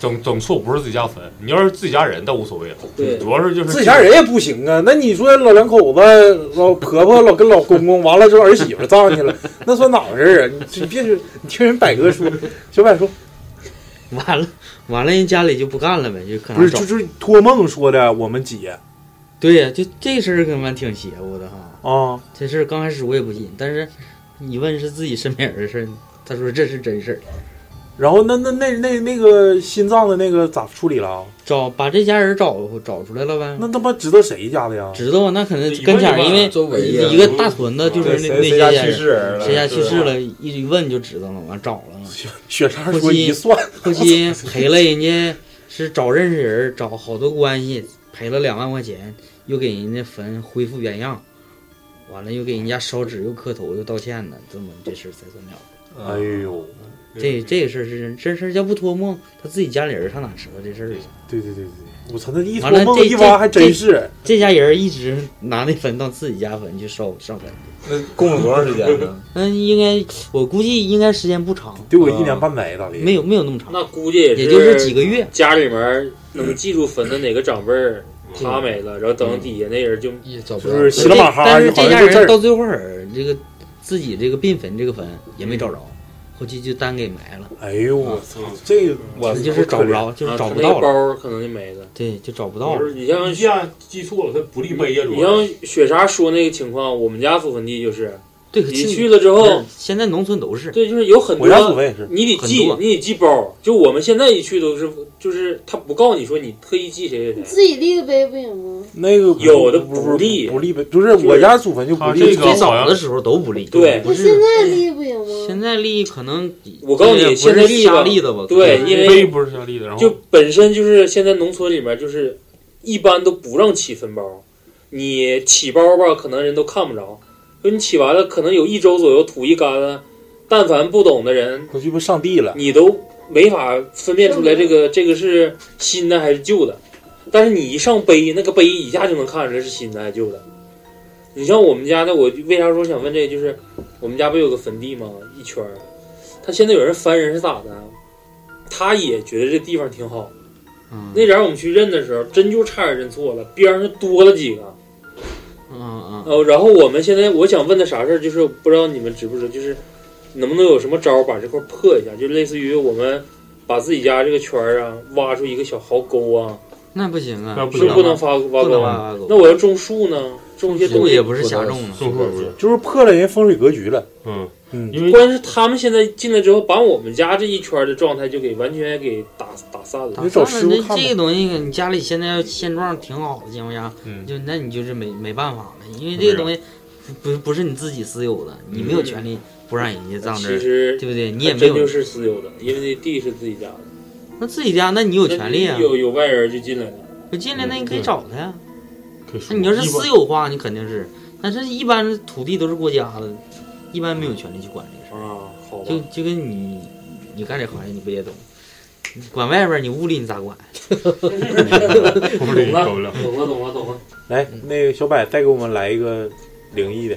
S8: 整整错不是自己家坟，你要是自己家人倒无所谓了。
S1: 对
S8: 主要是就是
S2: 自己家人也不行啊。那你说老两口子、老婆婆、老跟老公公，完了之后儿媳妇葬 <laughs> 去了，那算咋回事儿啊？你你别说，你听人百哥 <laughs> 说，小百说
S6: <laughs> 完了，完了，人家里就不干了呗，就搁
S2: 不
S6: 那
S2: 是，
S6: 找
S2: 就。是托梦说的，我们姐
S6: 对呀，就这事儿可蛮挺邪乎的哈。
S2: 啊，
S6: 这事儿刚开始我也不信，但是一问是自己身边人的事儿，他说这是真事儿。
S2: 然后那那那那那个心脏的那个咋处理了？
S6: 找把这家人找找出来了呗。
S2: 那他妈知道谁家的呀？
S6: 知道，那肯定跟前儿，因为一个大屯子就是那那些人谁家去世了，一问就知道了，完找了嘛。
S2: <laughs> 雪莎
S6: 后
S2: 说
S6: 期
S2: 一算，
S6: 后期赔了人家是找认识人，找好多关系，赔了两万块钱，又给人家坟恢复原样，完了又给人家烧纸，又磕头，又道歉呢，这么这事儿才算了。
S2: 哎呦，
S6: 这这事儿是真这事儿，要不托梦，他自己家里人上哪知道这事儿去？
S2: 对对对对，我操，那一托
S6: 完了，
S2: 梦
S6: 这
S2: 一挖还真是。
S6: 这这家人一直拿那坟当自己家坟去烧上坟。
S4: 那供了多长时间呢？
S6: 嗯，应该我估计应该时间不长，
S2: 对我一年半载咋的？
S6: 没有没有那么长。
S1: 那估计也
S6: 也就是几个月。
S1: 家里面能记住坟的哪个长辈儿
S6: 嗯
S1: 他没了，然后等底下那人就
S7: 也找
S2: 就是稀里马哈
S6: 但是
S2: 好像
S6: 这家
S2: 就这
S6: 人
S2: 儿
S6: 到最后儿这个自己这个殡坟这个坟也没找着，后期就单给埋了。
S2: 哎呦
S1: 嗯
S2: 我操，这个我
S6: 就是找不着，就是
S1: 啊
S6: 找
S1: 他
S6: 不
S1: 那
S6: 到
S1: 个
S6: 了。
S1: 包可能就没了。
S6: 对，就找不到
S8: 就是
S6: 了。
S1: 你像
S8: 一下记错了，他不立碑呀，主
S1: 你
S8: 要
S1: 像
S8: 是
S1: 雪莎说那个情况，我们家祖坟地就是，
S6: 对，
S1: 你
S6: 其实
S1: 去了之后
S6: 不是，现在农村都是。
S1: 对，就是有很多
S2: 我家祖坟也是
S1: 你得
S6: 很
S1: 记
S6: 多，
S1: 你得记包。就我们现在一去都是，就是他不告你说你特意记谁谁谁，
S5: 自己立的碑不行吗？
S2: 那个不
S1: 有的
S2: 不
S1: 不立
S2: 不立呗，就是
S1: 就是
S2: 我家祖坟就不
S8: 他
S2: 立
S8: 这
S6: 啊
S8: 个好像
S6: 时候都不立，
S1: 对
S6: 不
S5: 那现
S6: 是
S5: 在立不行吗？
S6: 现在立可能。
S1: 我告诉你
S6: 不是
S1: 现在立吧
S6: 瞎立的吧？
S1: 对因为
S8: 碑不是下立的，然后
S1: 就本身就是现在农村里面就是一般都不让起坟包，你起包吧，可能人都看不着，就你起完了，可能有一周左右土一干了，但凡不懂的人，
S2: 我鸡巴上帝了。
S1: 你都没法分辨出来这个这个是新的还是旧的。但是你一上碑，那个碑一下就能看出来是新的还是旧的。你像我们家那，我为啥说想问这个？就是我们家不有个坟地吗？一圈儿，他现在有人翻人是咋的？啊他也觉得这地方挺好。
S6: 嗯
S1: 那点我们去认的时候，真就差点认错了，边上就多了几个。
S6: 嗯嗯，
S1: 呃，然后我们现在我想问的啥事儿，就是不知道你们知不知道，就是能不能有什么招儿把这块儿破一下，就类似于我们把自己家这个圈儿啊挖出一个小壕沟啊，
S6: 那不行啊，
S8: 那
S1: 是不能发挖
S6: 不能
S1: 沟
S6: 挖
S1: 啊。
S6: 挖沟
S1: 那我要种树呢，种一些东
S6: 树
S1: 西
S6: 也不是瞎种的，
S8: 种树不是，
S2: 就是破了人风水格局了。
S8: 嗯，
S2: 嗯，
S8: 因为
S1: 关键是他们现在进来之后，把我们家这一圈儿的状态就给完全给打打散了。
S6: 打
S2: 你
S6: 算
S2: 找
S6: 了
S2: 师傅
S6: 那
S2: 看呗
S6: 啊这个东西，你家里现在现状挺好的情况下，
S8: 嗯
S6: 就那你就是没没办法了，因为这个东西不不是你自己私有的，你没有权利不让人家葬这
S1: 其
S6: 儿，
S1: 实
S6: 对不对？你也
S1: 还
S6: 没
S1: 真就
S6: 有，
S1: 是私有的，因为那地是自己家的，
S6: 那自己家那你有权利啊
S1: 那，有有外人就进来了。
S6: 我进来
S8: 嗯
S6: 那你可以
S8: 对
S6: 找他呀。
S8: 可以说
S6: 那你要是
S8: 一般
S6: 私有化，你肯定是，但是一般土地都是国家的，一般没有权利去管这个事儿。
S1: 啊，好吧，
S6: 就 <laughs> 就跟你你干这行业，你不也懂？你管外边儿，你屋里你咋管？
S8: 不立
S1: 了
S8: 搞不了。
S1: <laughs> 懂了，懂了，懂了。
S2: 来，那个小柏再给我们来一个灵异的，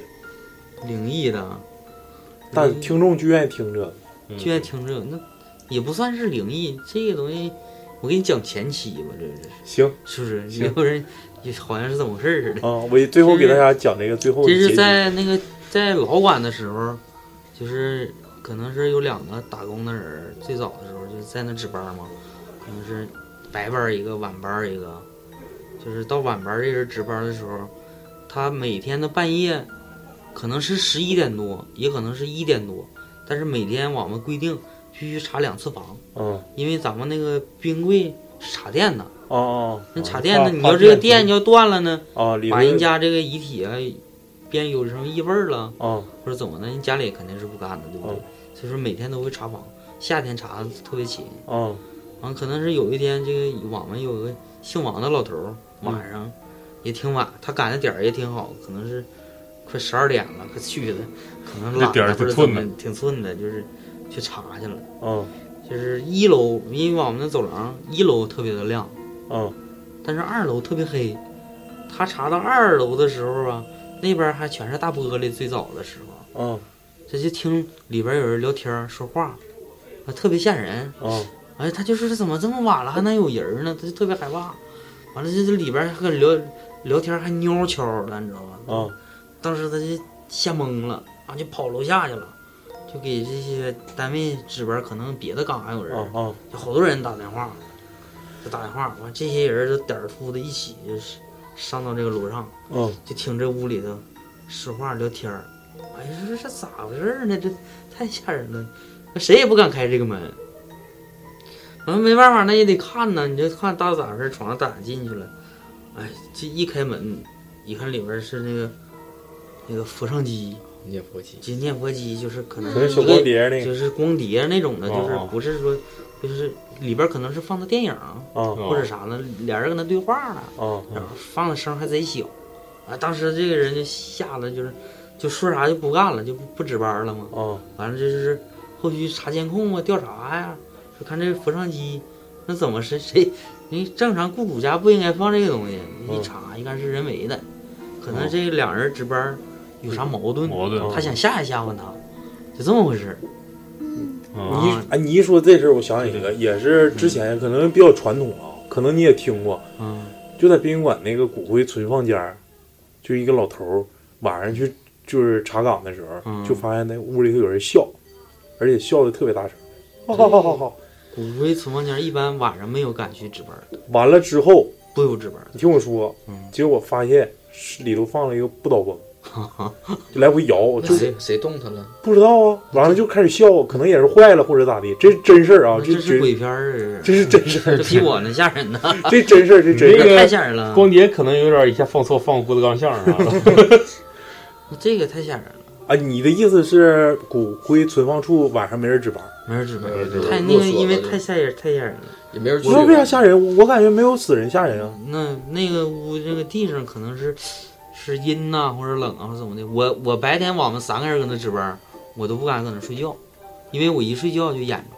S6: 灵异的，啊
S2: 但听众就愿意听这个。
S6: 就爱听这个，那也不算是灵异，这个东西我给你讲前期吧，这这
S2: 行
S6: 是不是？哦
S2: 行
S6: 有人也好像是这么回事儿似的。
S2: 啊，我最后给大家讲这个最后的
S6: 这
S2: 结
S6: 是
S2: 局。
S6: 在那个在老馆的时候，就是可能是有两个打工的人儿，最早的时候就是在那值班嘛，可能是白班儿一个，晚班儿一个，就是到晚班儿这人值班的时候，他每天的半夜可能是十一点多，也可能是一点多，但是每天我们规定必须查两次房。
S2: 嗯
S6: 因为咱们那个冰柜是插电的，
S2: 哦哦，
S6: 那插电的，
S4: 啊
S6: 你
S4: 怕
S6: 要这个
S4: 电
S6: 电要断了呢，
S2: 啊，里头
S6: 把人家这个遗体啊，边有什么异味儿了，
S2: 啊
S6: 或者怎么的，人家里肯定是不干的，对不对
S8: 哦
S2: 嗯？
S6: 所以说每天都会查房，夏天查的特别勤。
S2: 啊
S6: 完、可能是有一天，这个我们有个姓王的老头儿，晚上
S8: 嗯
S6: 也挺晚，他赶的点儿也挺好，可能是快十二点了，快去的，可能
S8: 这
S6: 懒
S8: 点儿
S6: 了或者
S8: 挺
S6: 怎
S8: 寸
S6: 么
S8: 的
S6: 挺寸的，就是去查去了。
S2: 啊
S6: 就是一楼，因为我们的走廊一楼特别的亮，
S2: 啊
S6: 但是二楼特别黑。他查到二楼的时候啊，那边还全是大玻璃，最早的时候，
S2: 啊
S6: 这就听里边有人聊天儿说话，啊，特别吓人。
S2: 啊，
S6: 哎，他就说这怎么这么晚了还能有人儿呢？他就特别害怕。完了，这这里边还跟聊聊天，还喵悄的，你知道吗？
S2: 啊，
S6: 当时他就吓懵了，啊，就跑楼下去了，就给这些单位值班，可能别的岗还有人，
S2: 啊啊
S6: 就好多人打电话，就打电话，完这些人就点儿秃的一起就是上到这个楼上，
S2: 嗯，
S6: 就听这屋里头说话聊天儿，哎呀，说这咋回事儿呢？这太吓人了，谁也不敢开这个门。完没办法，那也得看呢，你就看大咋回事儿，闯着胆进去了。哎，这一开门，一看里边是那个那个佛唱机，
S7: 念佛机，
S6: 就念佛机，就是可能
S2: 可能
S6: 一
S2: 小
S6: 个
S2: 光碟儿那个
S6: 就是光碟那种的，
S2: 哦
S6: 就是
S2: 哦
S6: 不是说就是里边可能是放的电影啊或者啥的，俩人搁那对话呢，
S2: 哦
S6: 然后放的声还贼小，啊，当时这个人就吓得就是就说啥就不干了，就不不值班了嘛，
S2: 哦，
S6: 完了就是后续查监控啊，调查呀、就看这佛唱机，那怎么是谁？你正常雇主家不应该放这个东西，
S2: 嗯
S6: 一查一看是人为的，可
S2: 哦
S6: 能这俩人值班儿有啥矛盾，
S2: 矛盾嗯
S6: 他想吓一吓唬他，就这么回事儿。啊嗯
S2: 你一哎，你一说这事儿，我想起一个，也是之前可能比较传统啊，可能你也听过，
S6: 嗯，
S2: 就在殡仪馆那个骨灰存放间儿，就一个老头儿晚上去就是查岗的时候，
S6: 嗯
S2: 就发现那屋里头有人笑，而且笑的特别大声。好好好好，
S6: 骨灰存放间一般晚上没有敢去值班的，
S2: 完了之后
S6: 不有值班，
S2: 你听我说，
S6: 嗯
S2: 结果发现是里头放了一个不倒
S6: <laughs>
S2: 翁，就来回摇，就
S7: 谁谁动他了？
S2: 不知道啊，完了就开始笑，可能也是坏了或者咋的，这是真事儿啊，
S6: 这
S2: 绝
S6: 是鬼片儿，啊
S2: 这是真事儿，
S6: <laughs> 这比我那吓人呢
S2: 这真事儿
S6: <laughs>
S2: 这真事儿
S6: 这太吓人了，
S8: 光碟可能有点一下放错，放郭德纲相声了。
S6: 这个太吓人了，
S2: 啊，你的意思是骨灰存放处晚上没人值班？
S6: 没人值班
S7: 没人值班
S6: 太那个因为太吓人太吓人了，
S7: 也没人
S2: 我说为啥吓人？我感觉没有死人吓人啊。
S6: 嗯那那个屋那个地上可能是是阴呐、或者冷啊，或者怎么的。我我白天我们三个人搁那值班，我都不敢搁那睡觉，因为我一睡觉就眼着。
S5: 嗯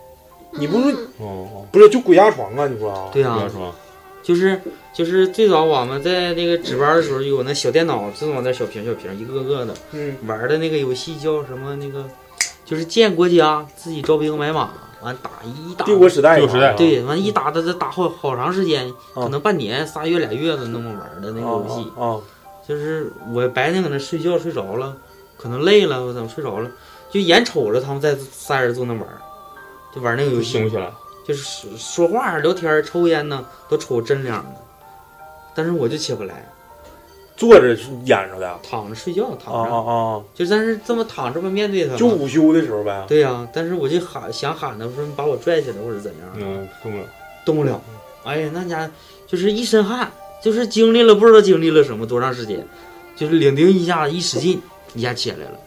S2: 你不是
S8: 哦，
S2: 不是就鬼压床啊？你说啊？
S6: 对啊鬼压床就是就是最早我们在那个值班的时候，有那小电脑，这种那小屏小屏，一个个的，
S2: 嗯，
S6: 玩的那个游戏叫什么？那个就是建国家，自己招兵买马，完打一打
S2: 帝国时代帝国啊时代
S6: 对，完一打他这打好好长时间，可能半年、仨月、俩月的那么玩的那个游戏
S2: 啊，
S6: 就是我白天搁那睡觉睡着了，可能累了，我怎么睡着了，就眼瞅着他们在仨人坐那玩儿，就玩那个游戏，
S8: 就
S2: 嗯
S8: 醒不起来，
S6: 就是说说话啊、聊天儿、抽烟呢，都瞅着真亮的，但是我就起不来，
S2: 坐着是演着的，
S6: 躺着睡觉，躺
S2: 啊
S6: 着，
S2: 啊啊！
S6: 就但是这么躺着不面对他嘛，
S2: 就午休的时候呗。
S6: 对呀、但是我就喊想喊他，我说你把我拽起来或者怎样，
S8: 嗯，动不了，
S6: 动不了。哎呀，那家就是一身汗，就是经历了不知道经历了什么多长时间，就是领丁一下一使劲，一下起来了。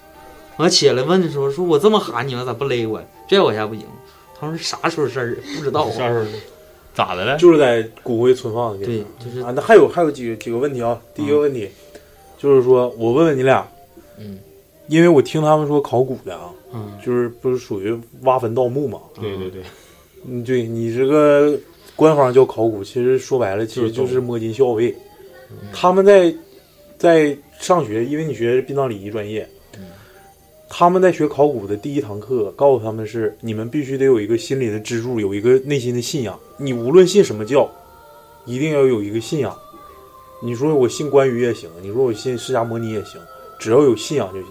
S6: 完起来问的时候，说我这么喊你们咋不勒我，拽我一下不行？他说啥时候事儿不知道啊。
S8: 啥时候咋的了？
S2: 就是在骨灰存放的地方。
S6: 对，就是
S2: 啊。那还有还有几个几个问题啊。第一个问题就是说，我问问你俩，
S7: 嗯，
S2: 因为我听他们说考古的啊，
S6: 嗯，
S2: 就是不是属于挖坟盗墓嘛？
S8: <laughs> 对对
S1: <laughs>
S8: 对，
S2: 嗯，对你这个官方叫考古，其实说白了，其实就是嗯摸金校尉。他们在在上学，因为你学殡葬礼仪专业，他们在学考古的第一堂课，告诉他们是你们必须得有一个心理的支柱，有一个内心的信仰。你无论信什么教，一定要有一个信仰。你说我信关羽也行，你说我信释迦摩尼也行，只要有信仰就行。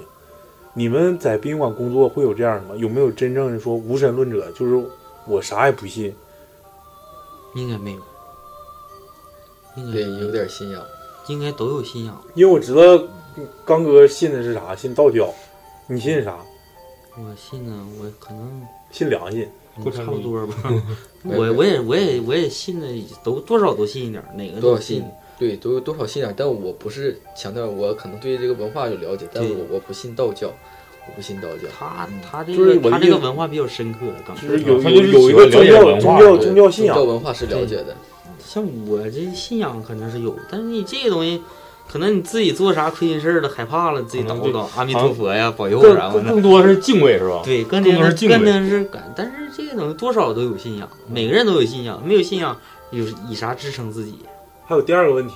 S2: 你们在殡仪馆工作会有这样的吗？有没有真正的说无神论者？就是我啥也不信，
S6: 应该没有，应
S7: 该有点信仰，
S6: 应该都有信仰。
S2: 因为我知道刚哥信的是啥，信道教，你信啥？
S6: 我信呢，我可能
S2: 信良心，。
S6: 差不多吧我我也我也我也信的都多少都信一点儿，哪个
S7: 多
S6: 都
S7: 少信？对，都有多少信仰？但我不是强调我可能对这个文化有了解，但
S6: 对
S7: 我我不信道教，我不信道教。
S6: 他他这
S7: 就是
S6: 个
S7: 我
S6: 他
S7: 的
S6: 这个
S7: 意思
S6: 文化比较深刻，刚才
S7: 就是嗯有他就是有有一个喜欢了解宗教文化宗教宗教信仰宗教文化是了解的。
S6: 像我这信仰肯定是有，但是你这个东西，可能你自己做啥亏心事儿了，害怕了，自己祷告阿弥陀佛呀，保佑我啥的。
S8: 更更多是敬畏是吧？
S6: 对，更
S8: 更多
S6: 多
S8: 是敬
S6: 更多
S8: 畏。
S6: 是感，但是这个东西多少都有信仰，每个人都有信仰，没有信仰有以啥支撑自己？
S2: 还有第二个嗯问题，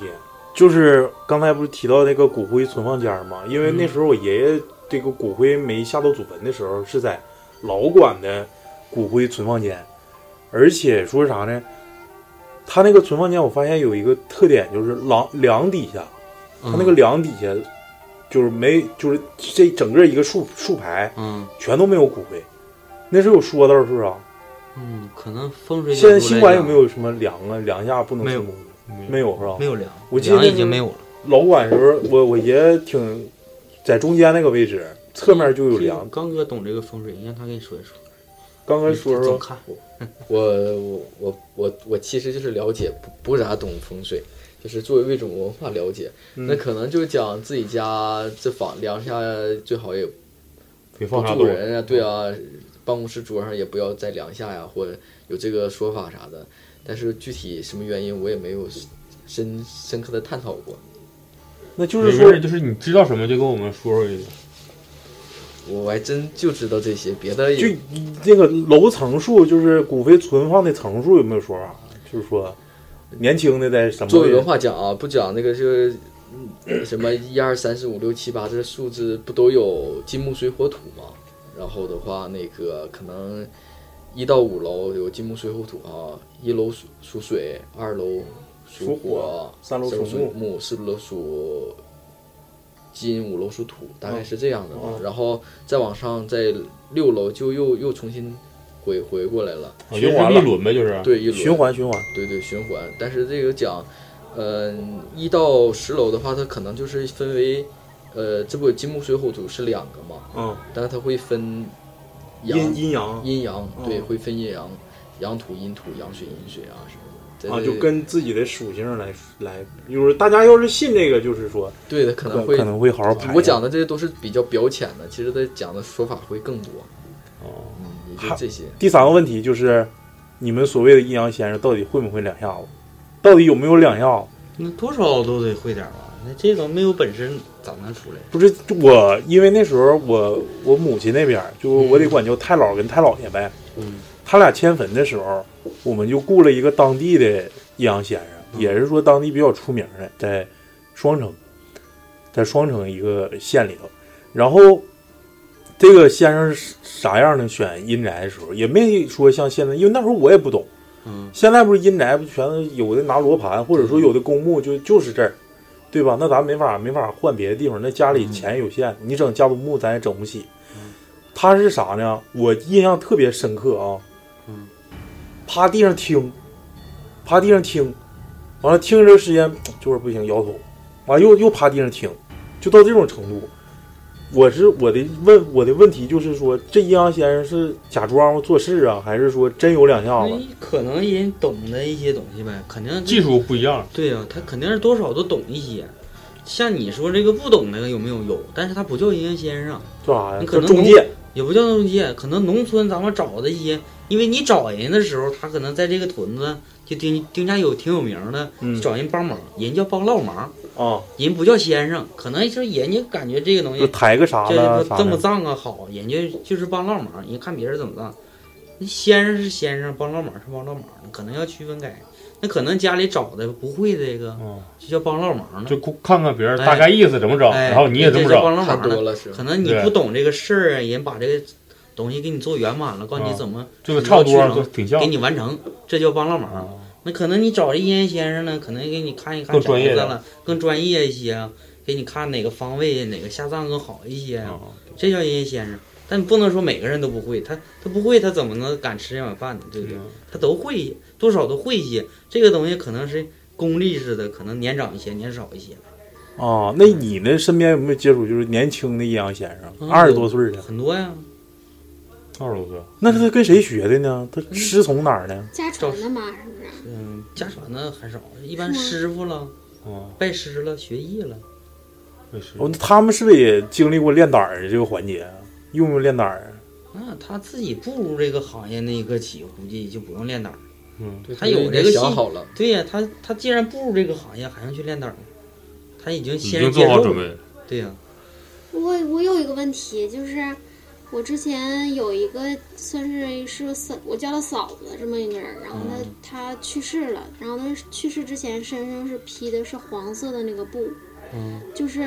S2: 就是刚才不是提到那个骨灰存放间儿吗？因为那时候我爷爷这个骨灰没下到祖坟的时候，是在老馆的骨灰存放间，而且说啥呢？他那个存放间，我发现有一个特点，就是廊梁底下，
S6: 嗯
S2: 他那个梁底下就是没，就是这整个一个竖竖排，
S6: 嗯，
S2: 全都没有骨灰。那时候有说道是不是啊？
S6: 嗯，可能风水角
S2: 现在
S6: 度
S2: 新
S6: 来
S2: 馆有
S6: 讲
S2: 没有什么梁啊？梁下不能
S6: 没有
S2: 进公的，没有是吧？
S6: 没有梁
S2: 我记得
S6: 梁已经没有了。
S2: 老馆时候，我我爷挺在中间那个位置，侧面就有梁。
S6: 刚哥懂这个风水，你让他给你说一说。
S2: 刚
S6: 哥
S2: 说
S6: 总看
S7: 我我我我我其实就是了解，不不咋懂风水，就是作为一种文化了解。
S6: 嗯
S7: 那可能就讲自己家这房梁下最好也
S8: 别放啥
S7: 不住
S8: 东西
S7: 人啊，对啊，办公室桌上也不要在梁下呀，或者有这个说法啥的。但是具体什么原因，我也没有深深刻的探讨过。
S2: 那
S7: 就是说
S8: 没事就是你知道什么就跟我们说说就行。
S7: 我还真就知道这些，别的
S2: 就
S7: 也
S2: 那个楼层数，就是骨灰存放的层数有没有说法？就是说，年轻的在什么
S7: 作为
S2: 位
S7: 文
S2: 置？
S7: 化讲啊，不讲那个就是嗯什么一二三四五六七八这数字不都有金木水火土吗？然后的话，那个可能一到五楼有金木水火土啊，一楼属属水，二楼
S2: 属
S7: 属
S2: 火三楼
S7: 属
S2: 属木
S7: 木，四楼属金，五楼属土，大概是这样的吧。
S2: 哦
S7: 然后再往上，在六楼就又又重新回回过来了，
S1: 啊
S8: 哦就是一轮呗
S2: 啊
S8: 就是
S7: 对一轮
S2: 循环循环，
S7: 对对循环。但是这个讲，呃，一到十楼的话，它可能就是分为，呃，这不有金木水火土是两个嘛，
S2: 嗯，
S7: 但是它会分
S2: 阴阴阳
S7: 阴阳，对，
S2: 嗯
S7: 会分阴阳，阳土阴土，阳水阴水啊什么的。
S2: 啊，
S7: 对
S2: 就跟自己的属性来来，就是大家要是信这个，就是说，
S7: 对的，可
S2: 可
S7: 能会
S2: 可能会好好排。
S7: 我讲的这些都是比较表浅的，其实他讲的说法会更多。
S2: 哦，
S7: 嗯，也就这些。
S2: 第三个问题就是，你们所谓的阴阳先生到底会不会两下子？到底有没有两下子？
S6: 那多少都得会点儿吧？那这个没有本事咋能出来？
S2: 不是就我，因为那时候我我母亲那边儿就我得管叫太姥跟太姥爷呗，
S6: 嗯，
S2: 他俩迁坟的时候，我们就雇了一个当地的阴阳先生，也是说当地比较出名的，在双城，在双城一个县里头。然后这个先生是啥样呢？选阴宅的时候也没说像现在，因为那时候我也不懂，
S6: 嗯，
S2: 现在不是阴宅不全都有的拿罗盘，或者说有的公墓就就是这儿，对吧？那咱没法没法换别的地方，那家里钱有限，你整家族墓咱也整不起。他是啥呢？我印象特别深刻啊，
S6: 嗯，
S2: 趴地上听，趴地上听，完了听一段时间就是不行，摇头，完了又又趴地上听，就到这种程度。我是我的问我的问题就是说，这阴阳先生是假装做事啊，还是说真有两下子？
S6: 可能人懂得一些东西呗，肯定
S2: 哦技术不
S8: 一样。
S6: 对呀、他肯定是多少都懂一些。像你说这个不懂那个有没有有？但是他不叫阴阳先生，
S2: 做啥呀？
S6: 你可
S2: 就
S6: 能
S2: 中
S6: 农
S2: 介，
S6: 也不叫中介，可能农村咱们找的一些，因为你找人的时候，他可能在这个屯子就丁丁家有挺有名的，
S2: 嗯
S6: 找人帮忙，人叫帮唠忙，
S2: 啊，
S6: 人不叫先生，可能就是人家感觉这个东西
S2: 就抬个啥
S6: 哎这
S2: 了
S6: 个
S2: 啥
S6: 这么
S2: 的。
S6: 葬啊好，人家就是帮唠忙，人家看别人怎么葬，那先生是先生，帮唠忙是帮唠忙，可能要区分开。那可能家里找的不会这个，就叫帮唠忙呢。
S8: 嗯就看看别人
S6: 哎
S8: 大概意思怎么整，
S6: 哎
S8: 然后你也这么
S6: 这叫帮
S8: 整
S6: 唠。忙呢可能你
S8: 对
S6: 不懂这个事儿啊，人把这个东西给你做圆满了，告诉你
S8: 啊
S6: 怎么
S8: 这个差不多
S6: 怎么去
S8: 就
S6: 整
S8: 挺像啊
S6: 给你完成，这叫帮唠忙。那可能你找这阴阳先生呢，可能给你看一看
S8: 更专业
S6: 宅子
S8: 点
S6: 了，更专业一些啊，给你看哪个方位哪个下葬更好一些啊，这叫阴阳先生。但你不能说每个人都不会，他他不会，他怎么能敢吃这碗饭呢？对
S8: 嗯
S6: 不对？他都会，多少都会一些。这个东西可能是功力似的，可能年长一些，年少一些。
S8: 嗯
S2: 啊，那你呢？身边有没有接触就是年轻的阴阳先生，
S6: 嗯
S2: 啊二十多岁的？
S6: 很多呀。
S8: 二十多岁，
S2: 那他跟谁学的呢？他师从哪儿呢？
S3: 家传的嘛，是不是？
S6: 嗯，家传的很少，一般
S3: 是吗
S6: 师傅了，
S8: 哦，
S6: 拜师了，学艺了。
S2: 哦，那他们是不是也经历过练胆儿的这个环节啊？用不用练胆儿啊？
S6: 那他自己步入这个行业那一刻起，估计就不用练胆儿。
S8: 嗯
S6: 他有这个
S7: 想
S6: 心
S7: 好了，
S6: 对呀、他他既然步入这个行业，还要去练胆儿吗？他已经先
S8: 已经做好准备
S6: 了。对呀、
S3: 我我有一个问题，就是我之前有一个算是是嫂，我叫她嫂子这么一个人，然后她、
S6: 嗯
S3: 她去世了，然后她去世之前身上是披的是黄色的那个布，
S6: 嗯
S3: 就是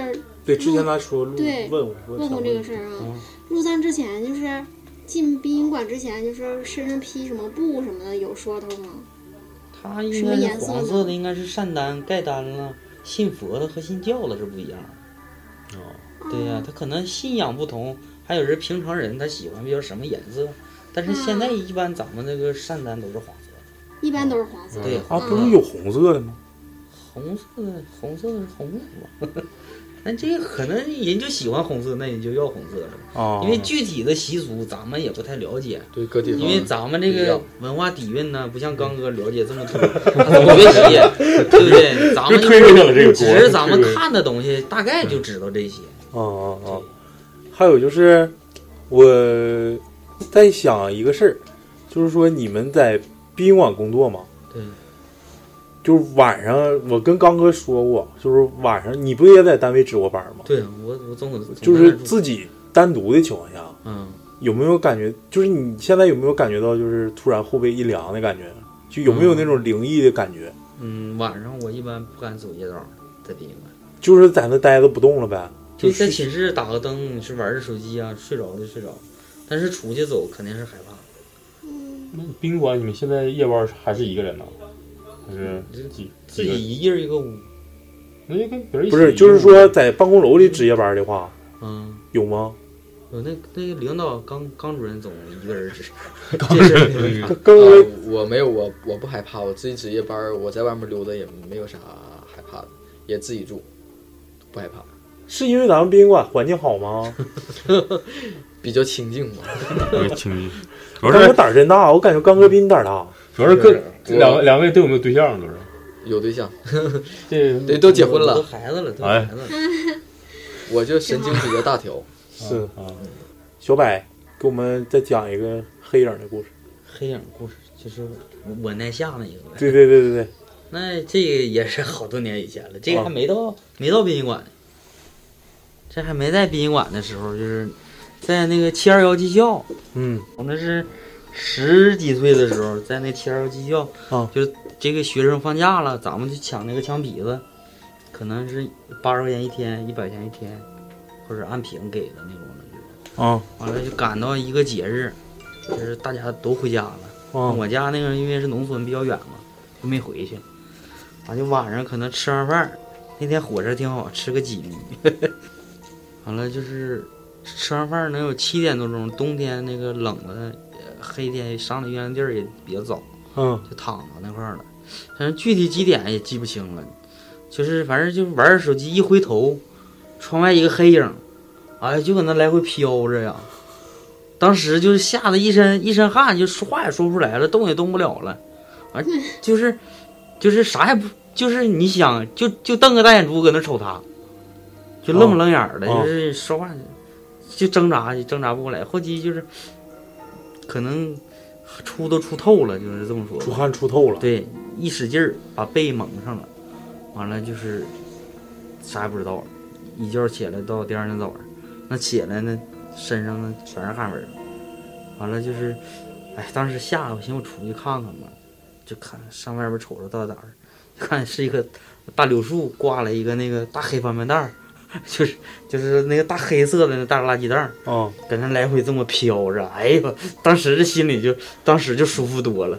S2: 对，之前他说录
S3: 对，
S2: 问我说
S3: 问过
S2: 想
S3: 这个事儿啊。
S2: 嗯
S3: 入藏之前就是进殡仪馆之前，就是身上披什么布什么的，有说头吗？
S6: 它
S3: 什
S6: 应
S3: 么
S6: 该
S3: 颜
S6: 是
S3: 色
S6: 黄
S3: 呢
S6: 色的，应该是善丹、盖丹了。信佛的和信教的是不一样。哦，对呀、他可能信仰不同，还有人平常人他喜欢比较什么颜色，但是现在
S3: 嗯
S6: 一般咱们这个善丹都是黄色，
S3: 一般都是黄
S8: 嗯
S3: 色。
S6: 对
S2: 啊，不是有红色的吗？
S6: 红色的红色的是红色吧？ <laughs> 那这个可能人就喜欢红色，那你就要红色了。
S2: 哦嗯
S6: 因为具体的习俗咱们也不太了解，
S7: 对各地方
S6: 因为咱们这
S7: 不一
S6: 个
S7: 样
S6: 文化底蕴呢，不像刚哥了解
S2: <laughs>
S6: 这么多，多别提，对不对？咱们
S2: 就推着整这个锅
S6: 只是咱们
S2: 推着
S6: 看的东西，大概就知道这些。
S2: 哦哦哦，还有就是我在想一个事儿，就是说你们在殡仪馆工作吗？
S6: 对，
S2: 就是晚上，我跟刚哥说过，就是晚上你不也在单位值过班吗？
S6: 对我我总总
S2: 就是自己单独的情况下，
S6: 嗯，
S2: 有没有感觉？就是你现在有没有感觉到，就是突然后背一凉的感觉？就有没有那种灵异的感觉？
S6: 嗯，晚上我一般不敢走夜道，在殡仪馆，
S2: 就是在那待着不动了呗？
S6: 就
S2: 就是
S6: 在
S2: 是
S6: 寝室打个灯，去玩着手机啊，睡着就睡着，但是出去走肯定是害怕。
S4: 那宾馆你们现在夜班还是一个人呢？还是几
S6: 自己一人一个屋？
S4: 那就跟别人一起
S2: 不是，就是说在办公楼里值夜班的话，
S6: 嗯，
S2: 有吗？
S6: 有那那个领导刚刚主任总一个人值，这事儿没办法
S7: 呃我没有，我我不害怕，我自己值夜班儿，我在外面溜达也没有啥害怕的，也自己住，不害怕，
S2: 是因为咱们宾馆环境好吗？
S7: 比较清静嘛。
S9: 哎
S2: 清晰。
S7: 主要是
S2: 刚哥胆儿真大，我感觉刚哥比你胆儿大。
S7: 主要是个是两我两
S4: 位都有没有对象？都是
S7: 有对象，
S4: 这
S1: 嗯
S7: 对都结婚了，
S6: 都孩子了，都
S4: 哎
S6: 孩子了。
S7: 我就神经比较大条。
S2: 是
S1: 嗯
S8: 嗯
S2: 啊，小柏给我们再讲一个黑影的故事。
S6: 黑影故事就是我我那下那一个呗。
S2: 对对对对对，
S6: 那这个也是好多年以前了，这个
S2: 啊
S6: 还没到、没到殡仪馆呢，这还没在殡仪馆的时候，就是在那个七二幺技校，
S2: 嗯，
S6: 我那是十几岁的时候，在那七二幺技校，
S2: 啊，
S6: 就是这个学生放假了，咱们去抢那个枪痞子，可能是八十块钱一天，一百钱一天，或者按瓶给的那种的。
S2: 啊
S6: 完了就赶到一个节日，就是大家都回家了。
S2: 哦
S6: 我家那个因为是农村比较远嘛，就没回去。完就晚上可能吃完饭，那天伙食挺好，吃个几厘。 <laughs> 完了就是吃完饭能有七点多钟，冬天那个冷了，呃黑天上的月亮地儿也比较早，
S2: 嗯，
S6: 就躺到那块儿了。但是具体几点也记不清了，就是反正就玩着手机，一回头，窗外一个黑影，哎，就搁那来回飘着呀。当时就是吓得一身一身汗，就说话也说不出来了，动也动不了了，完就是就是啥也不，就是你想就就瞪个大眼珠搁那瞅他，就愣不愣眼儿的，
S2: 哦
S6: 就是说话就挣扎就挣扎不过来，后期就是可能出都出透了，就是这么说吧，
S2: 出汗出透了。
S6: 对，一使劲儿把被蒙上了，完了就是啥也不知道了。一觉起来到第二天早上，那起来呢，身上呢全是汗味儿。完了就是，哎，当时吓得我，寻思我出去看看吧，就看上外边瞅瞅到底咋儿， <laughs> 就看是一个大柳树挂了一个那个大黑帆布袋儿， <laughs> 就是就是那个大黑色的那大垃圾袋儿，
S2: 哦，
S6: 搁那来回这么飘着，哎呦，当时这心里就当时就舒服多了。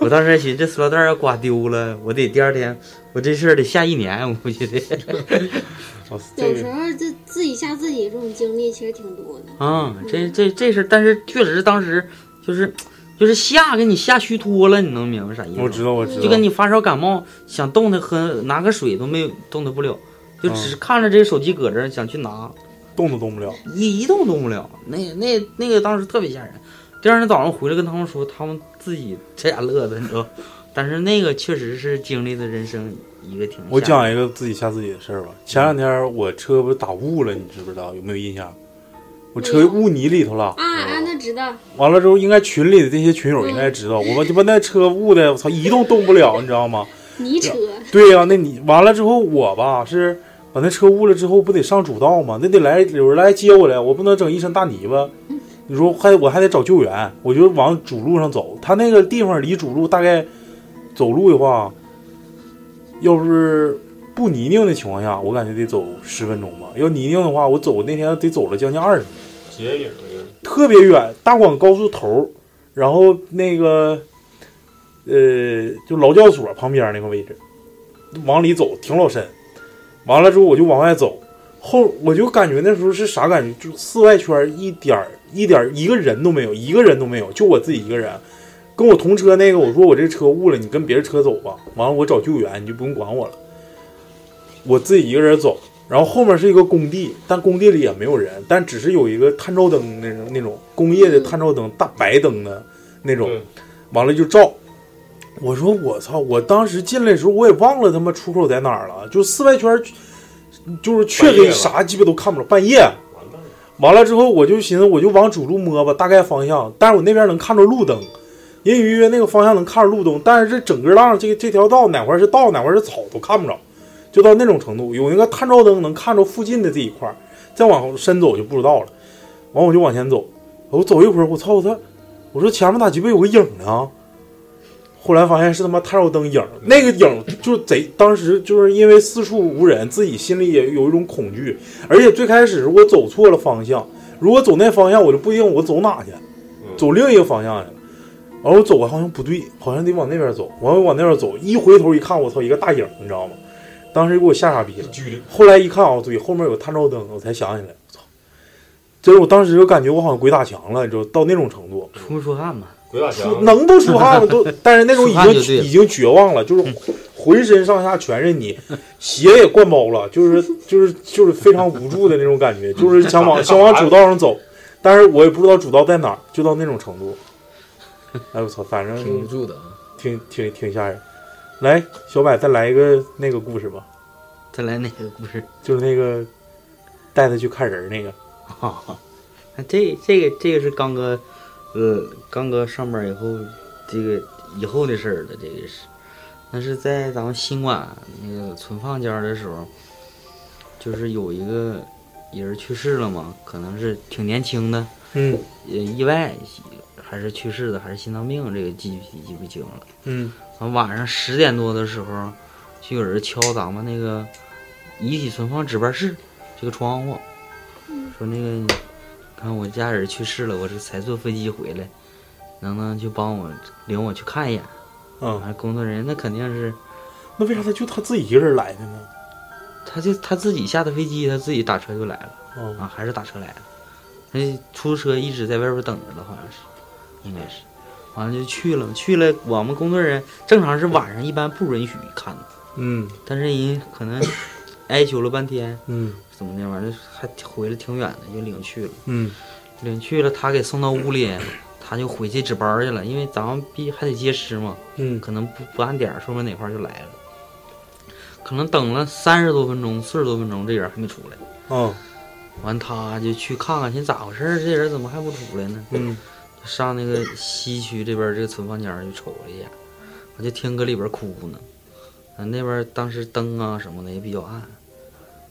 S6: 我当时还寻思，这塑料袋儿要刮丢了，我得第二天，我这事儿得下一年，我估计得。
S2: 啊嗯
S3: 有时候就自己吓自己这种经历其实挺多的。
S6: 啊，这这这事儿，但是确实是当时就是就是吓给你吓虚脱了，你能明白啥意思吗？
S2: 我知道我知道
S6: 就跟你发烧感冒，想动弹喝拿个水都没有动弹不了，就
S2: 嗯
S6: 只看着这手机搁这儿想去拿，
S2: 动都动不了，
S6: 一一动动不了。那那那个当时特别吓人。第二天早上回来跟他们说，他们自己这家乐的，你知道。但是那个确实是经历的人生一个挺吓人的。
S2: 我讲一个自己吓自己的事儿吧。前两天我车不是打雾了，你知不知道？有没有印象？我
S3: 没
S2: 车
S3: 有
S2: 雾泥里头了。
S3: 啊啊，那知道。
S2: 完了之后，应该群里的这些群友应该知道，我鸡巴那车雾的，我操，一动动不了，你知道吗？
S3: 泥车，
S2: <laughs> 对呀、那你完了之后，我吧是把那车误了之后，不得上主道吗？那得来有人来接我来，我不能整一身大泥巴。你说还我还得找救援，我就往主路上走。他那个地方离主路大概走路的话，要是不泥泞的情况下，我感觉得走十分钟吧。要泥泞的话，我走那天得走了将近二十分钟，
S8: 接影儿
S2: 特别远，大广高速头儿，然后那个呃，就劳教所旁边那个位置，往里走挺老深。完了之后我就往外走，后我就感觉那时候是啥感觉？就四外圈儿一点儿一点儿一个人都没有，一个人都没有，就我自己一个人。跟我同车那个，我说我这车误了，你跟别人车走吧。完了我找救援，你就不用管我了。我自己一个人走，然后后面是一个工地，但工地里也没有人，但只是有一个探照灯那种那种工业的探照灯，大白灯的那种，完了就照。我说我操！我当时进来的时候，我也忘了他妈出口在哪儿了，就四外圈，就是黢黑，啥鸡巴都看不着。半夜，完了之后，我就寻思，我就往主路摸吧，大概方向。但是我那边能看着路灯，隐隐约约那个方向能看着路灯，但是这整个浪这个这条道哪块是道，哪块是草都看不着，就到那种程度。有那个探照灯能看着附近的这一块儿，再往深走就不知道了。完我就往前走，我走一会儿，我操我操！我说前面咋鸡巴有个影呢？后来发现是他妈探照灯影儿，那个影儿就是贼。当时就是因为四处无人，自己心里也有一种恐惧。而且最开始我走错了方向，如果走那方向，我就不一定我走哪去，走另一个方向去了。然后我走完好像不对，好像得往那边走。完我往那边走，一回头一看，我操，一个大影儿，你知道吗？当时给我吓傻逼了。后来一看啊，对，后面有探照灯，我才想起来，我操！就是我当时就感觉我好像鬼打墙了，你知道，到那种程度。
S6: 出没出汗嘛？
S8: 鬼打
S2: 出能不出汗吗？都，但是那种已
S6: 出汗就对
S2: 经
S6: 了
S2: 已经绝望了，就是浑身上下全是泥，鞋也灌包了，就是就是就是非常无助的那种感觉，就是想往想往主道上走，但是我也不知道主道在哪儿，就到那种程度。哎我操，反正
S7: 挺无助的啊，
S2: 挺挺挺吓人。来，小柏再来一个那个故事吧，
S6: 再来哪个故事？ <laughs>
S2: 就是那个带他去看人儿那个。
S6: 那这这个这个是刚哥，呃，刚哥上班以后，这个以后的事儿了，这个是，那是在咱们新馆那个存放间儿的时候，就是有一个人去世了嘛，可能是挺年轻的，
S2: 嗯，
S6: 呃，意外还是去世的，还是心脏病，这个记不记不清了。
S2: 嗯，
S6: 完晚上十点多的时候，就有人敲咱们那个遗体存放值班室这个窗户，说那个，看我家人去世了，我这才坐飞机回来，能不能就帮我领我去看一眼？
S2: 嗯，
S6: 完工作人员那肯定是，
S2: 那为啥他就他自己一个人来的呢？
S6: 他就他自己下的飞机，他自己打车就来了，
S2: 哦
S6: 啊，还是打车来了，那出租车一直在外边等着了，好像是，应该是，完了就去了，去了我们工作人员正常是晚上一般不允许看的，
S2: 嗯，
S6: 但是人可能哀求了半天，
S2: 嗯，
S6: 怎么的，完了还回来挺远的，就领去了，
S2: 嗯，
S6: 领去了，他给送到屋里，他就回去值班儿去了，因为咱们必还得接尸嘛，
S2: 嗯，
S6: 可能不不按点儿，说不定哪块儿就来了，可能等了三十多分钟、四十多分钟，这人还没出来，
S2: 嗯，
S6: 完他就去看看，寻思咋回事儿，这人怎么还不出来呢？
S2: 嗯，
S6: 上那个西区这边儿这个存放间儿就瞅了一眼，我就听搁里边儿哭呢。啊，那边儿当时灯啊什么的也比较暗，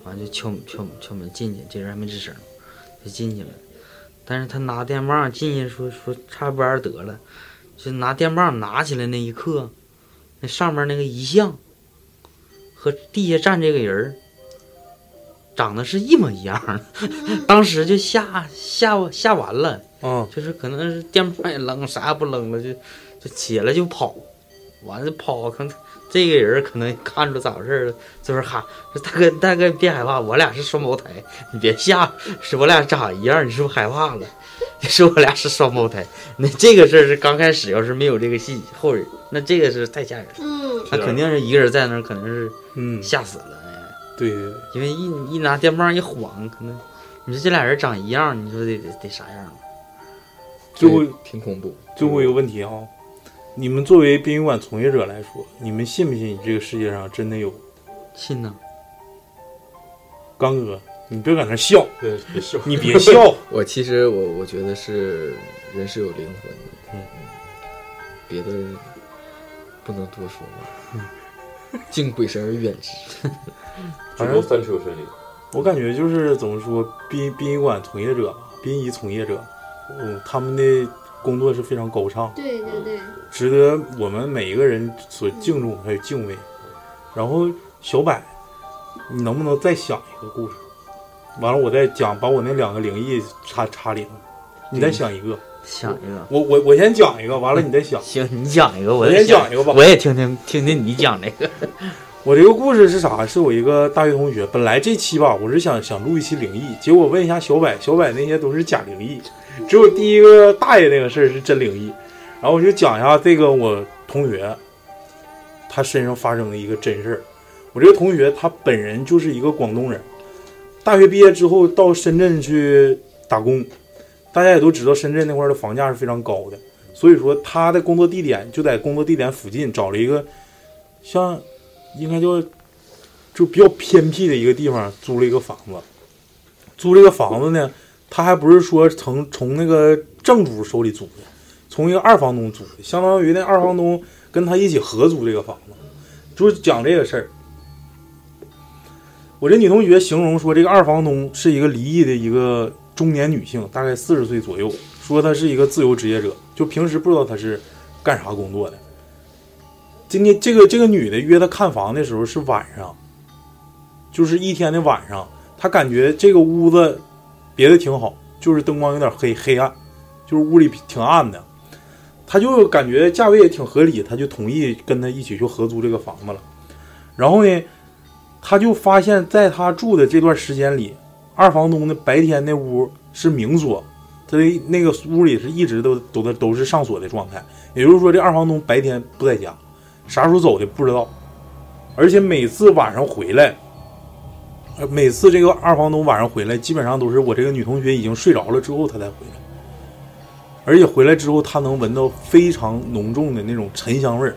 S6: 完就敲门敲门敲门进去，这人还没吱声，就进去了。但是他拿电棒进去说说插班儿得了，就拿电棒拿起来那一刻，那上面那个遗像和地下站这个人儿长得是一模一样儿，当时就吓吓吓完了，
S2: 嗯，
S6: 就是可能是电棒也扔，啥也不扔了，就就起来就跑，完了跑，可能这个人可能看出咋回事儿了，就是喊说大哥大哥别害怕，我俩是双胞胎，你别吓，是我俩长一样，你是不是害怕了？ <laughs> 你说我俩是双胞胎，那这个事儿是刚开始要是没有这个戏，后人那这个是太吓人了。
S3: 嗯
S6: 他肯定是一个人在那儿，肯定是
S2: 嗯
S6: 吓死了。哎
S2: 对，
S6: 因为一一拿电棒一晃，可能你说这俩人长一样，你说得得得啥样啊？
S2: 最后
S7: 挺恐怖。
S2: 最后一个问题啊，你们作为殡仪馆从业者来说，你们信不信这个世界上真的有？
S6: 信呢？
S2: 刚哥，你别搁那笑，
S8: 对，别笑
S2: 你
S8: <laughs>
S2: 别笑。
S7: 我其实我我觉得是人是有灵魂的，嗯，别的不能多说嗯吧。敬鬼神而远之。
S2: 反正
S8: 三尺有神灵。
S2: 我感觉就是怎么说，殡殡仪馆从业者、殡仪从业者，嗯，他们的工作是非常高尚，
S3: 对对对，
S2: 值得我们每一个人所敬重还有敬畏。然后小柏，你能不能再想一个故事？完了，我再讲，把我那两个灵异插插里头，你再想一个，
S6: 想一个。
S2: 我我我先讲一个，完了你再想。
S6: 行，你讲一个，我
S2: 我
S6: 再
S2: 先讲一个吧
S6: 我也听听听听你讲这
S2: <laughs>
S6: 个。
S2: 我这个故事是啥？是我一个大学同学。本来这期吧，我是想想录一期灵异，结果问一下小柏，小柏那些都是假灵异，只有第一个大爷那个事儿是真灵异。然后我就讲一下这个我同学，他身上发生的一个真事儿。我这个同学他本人就是一个广东人，大学毕业之后到深圳去打工。大家也都知道，深圳那块儿的房价是非常高的，所以说他的工作地点就在工作地点附近找了一个像应该叫就比较偏僻的一个地方租了一个房子。租这个房子呢，他还不是说从从那个正主手里租的，从一个二房东租的，相当于那二房东跟他一起合租这个房子。就是讲这个事儿，我这女同学形容说，这个二房东是一个离异的一个中年女性，大概四十岁左右，说她是一个自由职业者，就平时不知道她是干啥工作的。今天这个这个女的约她看房的时候是晚上，就是一天的晚上，她感觉这个屋子别的挺好，就是灯光有点黑黑暗，就是屋里挺暗的。她就感觉价位也挺合理，她就同意跟她一起去合租这个房子了。然后呢，他就发现，在他住的这段时间里，二房东的白天那屋是明锁，他的那个屋里是一直都都在都是上锁的状态。也就是说，这二房东白天不在家，啥时候走的不知道，而且每次晚上回来，呃每次这个二房东晚上回来，基本上都是我这个女同学已经睡着了之后，他才回来。而且回来之后，他能闻到非常浓重的那种沉香味儿，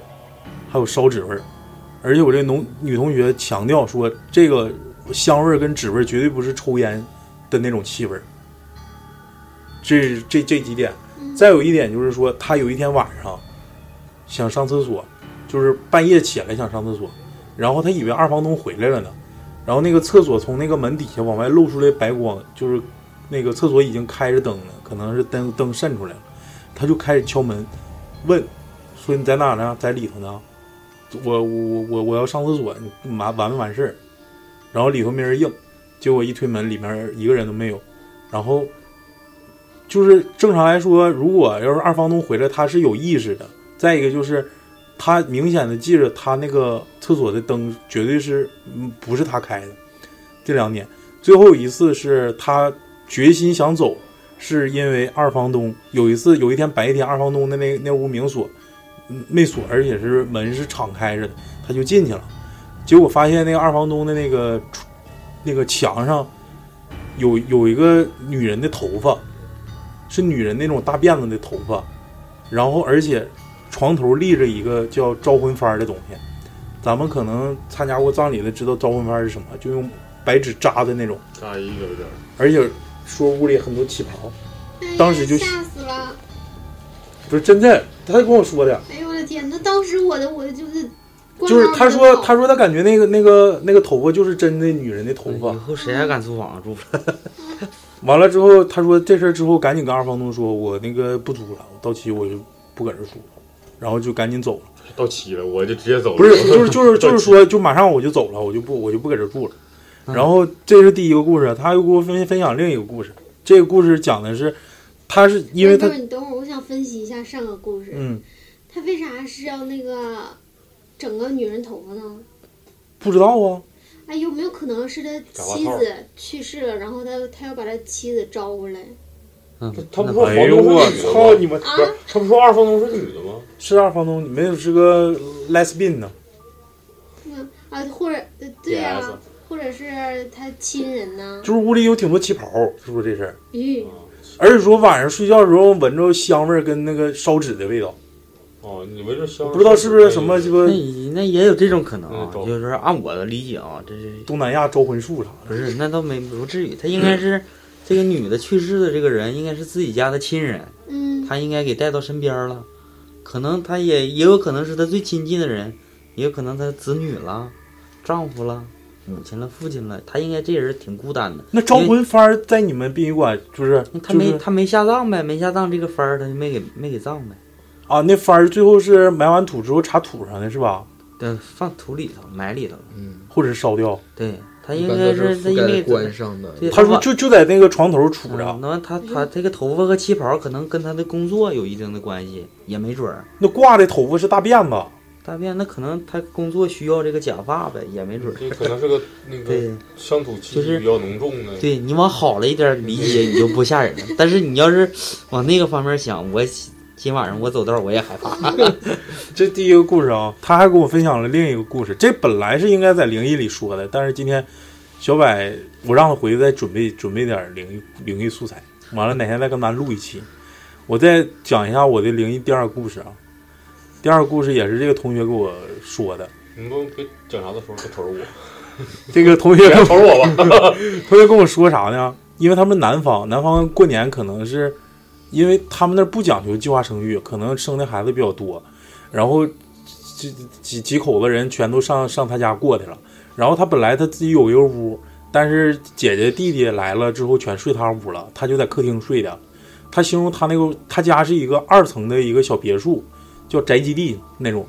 S2: 还有烧纸味儿。而且我这农女同学强调说，这个香味儿跟纸味儿绝对不是抽烟的那种气味儿。这这这几点，再有一点就是说，她有一天晚上想上厕所，就是半夜起来想上厕所，然后她以为二房东回来了呢，然后那个厕所从那个门底下往外露出来白光，就是那个厕所已经开着灯了，可能是灯灯渗出来了，她就开始敲门，问说你在哪呢？在里头呢？我我我我要上厕所，你完完没完事儿？然后里头没人应，结果一推门，里面一个人都没有。然后就是正常来说，如果要是二房东回来，他是有意识的。再一个就是，他明显的记着他那个厕所的灯绝对是嗯不是他开的。这两点，最后一次是他决心想走，是因为二房东有一次有一天白天，二房东的那那屋明锁，嗯没锁，而且是门是敞开着的，他就进去了。结果发现那个二房东的那个窗那个墙上有有一个女人的头发，是女人那种大辫子的头发，然后而且床头立着一个叫招魂幡儿的东西。咱们可能参加过葬礼的知道招魂幡儿是什么，就用白纸扎的那种，
S4: 大一有点。
S2: 而且说屋里很多旗袍，当时就
S3: 哎吓死了！
S2: 不是真的，他跟我说的。
S3: 哎呦我的天，那当时我的我的就是关
S2: 就是
S3: 到
S2: 他
S3: 门
S2: 说，
S3: 口
S2: 他说他感觉那个那个那个头发就是真的女人的头发。以
S6: 后谁还敢租房啊住？
S2: 完了之后，他说这事儿之后赶紧跟二房东说，我那个不租了，我到期我就不搁这儿住了，然后就赶紧走了。
S4: 到期了，我就直接走了。
S2: 不是，就是就是就是说，就马上我就走了，我就不我就不搁这住了。然后这是第一个故事，他又给我分分享另一个故事。这个故事讲的是，他是因为他
S3: 等会儿你等会儿，我想分析一下上个故事。
S2: 嗯
S3: 他为啥是要那个整个女人头发呢？
S2: 不知道啊，
S3: 哎，有没有可能是他
S2: 假发
S3: 妻
S2: 套
S3: 子去世了，然后他他要把他妻子招回来？
S4: 他不说房东是女的吗？
S2: 哎呦我操你们
S4: 不是他不说二房东是女的吗？
S2: 是二房东，没准是个 lesbian 呢。
S3: 嗯啊，或者呃对呀、
S2: DS
S3: 或者是他亲人呢？
S2: 就是屋里有挺多旗袍，是不是这事儿？
S3: 咦、
S2: 而且说晚上睡觉的时候闻着香味儿跟那个烧纸的味道，
S4: 哦，你们这香
S2: 不知道是不是什么鸡巴
S6: 那那也有这种可能
S2: 嗯
S6: 啊，就是按我的理解啊，这是
S2: 东南亚招魂术啥的。
S6: 不是，那倒没不至于，他应该
S2: 嗯
S6: 是、这个女的去世的这个人应该是自己家的亲人，
S3: 嗯，
S6: 他应该给带到身边了，可能他也也有可能是他最亲近的人，也有可能他子女了、丈夫了、母亲了、父亲了，他应该这人挺孤单的。
S2: 那招
S6: 因为
S2: 魂幡儿在你们殡仪馆就是
S6: 嗯他没、
S2: 就是
S6: 他没下葬呗，没下葬这个幡儿他就没给没给葬呗。
S2: 啊，那幡儿最后是埋完土之后插土上的是吧？
S6: 呃，放土里头埋里头了。
S7: 嗯，
S2: 或者烧掉。
S6: 对，它
S7: 一
S6: 应
S7: 般
S6: 该
S7: 都是
S6: 它
S7: 覆盖
S6: 因
S7: 在
S6: 为
S7: 棺上的
S6: 对
S2: 他说就就在那个床头杵着，
S6: 嗯那他他这个头发和旗袍可能跟他的工作有一定的关系，也没准儿。
S2: 那挂的头发是大辫子，
S6: 大便那可能他工作需要这个假发呗，也没
S1: 嗯
S6: 准儿。
S8: 这可能是个那
S6: 对
S8: 个乡土气
S6: 就
S8: 息
S6: 是
S8: 比较浓重的。
S6: 对你往好了一点儿理解，你就不吓人了。但是你要是往那个方面想，我今晚上我走道儿我也害怕。
S2: 这第一个故事啊，他还给我分享了另一个故事，这本来是应该在灵异里说的，但是今天小柏我让他回去再准备准备点灵异灵异素材，完了哪天再跟咱录一期，我再讲一下我的灵异第二个故事啊。第二个故事也是这个同学给我说的，
S8: 你不别讲啥的时候别瞅着我。
S2: <laughs> 这个同学
S8: 别
S2: 跟
S8: 瞅着我吧。
S2: <laughs> 同学跟我说啥呢？因为他们南方，南方过年可能是因为他们那儿不讲究计划生育，可能生的孩子比较多，然后几几几口子人全都上上他家过去了。然后他本来他自己有一个屋，但是姐姐弟弟来了之后全睡他屋了，他就在客厅睡的。他形容他那个他家是一个二层的一个小别墅，叫宅基地那种，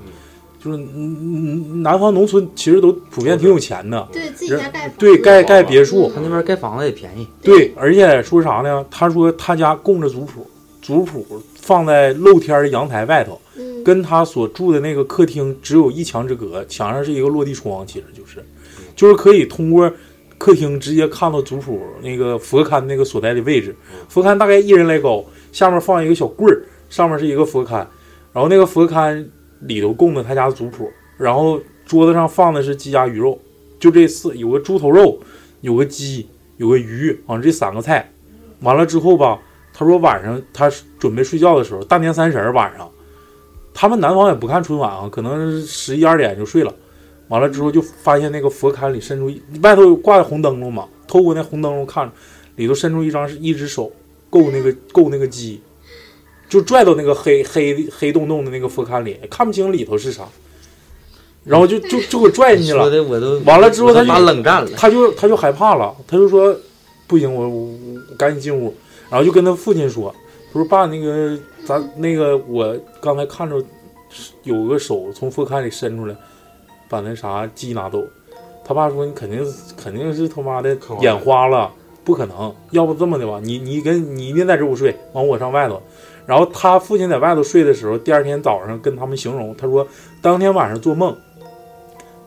S2: 就是嗯南方农村其实都普遍挺有钱的，
S3: 对自己家盖房
S2: 对
S3: 子嗯
S2: 盖盖别墅，
S6: 他那边盖房子也便宜。
S2: 对，而且说啥呢？他说他家供着族谱，族谱放在露天儿阳台外头，
S6: 嗯
S2: 跟他所住的那个客厅只有一墙之隔，墙上是一个落地窗，其实就是，就是可以通过客厅直接看到族谱那个佛龛那个所在的位置。佛龛大概一人来高，下面放一个小棍儿，上面是一个佛龛，然后那个佛龛里头供的他家族谱，然后桌子上放的是鸡鸭鱼肉，就这四有个猪头肉，有个鸡，有个鱼，啊，这三个菜。完了之后吧，他说晚上他准备睡觉的时候，大年三十儿晚上，他们南方也不看春晚啊，可能十一二点就睡了。完了之后就发现那个佛龛里伸出一外头挂着红灯笼嘛，透过那红灯笼看，里头伸出一张是一只手够那个够那个鸡，就拽到那个黑黑黑洞洞的那个佛龛里，看不清里头是啥，然后就就就给拽进去了。
S6: 说的我都
S2: 完了之后
S6: 我
S2: 他
S6: 都
S2: 就
S6: 打冷战了
S2: 他就他就害怕了，他就说不行，我我我赶紧进屋，然后就跟他父亲说，他说爸，那个咱那个我刚才看着有个手从佛龛里伸出来，把那啥鸡拿走。他爸说你肯定是肯定是他妈的眼花了，不可能，要不这么的吧，你你跟你一定在这屋睡，完我上外头。然后他父亲在外头睡的时候，第二天早上跟他们形容，他说当天晚上做梦，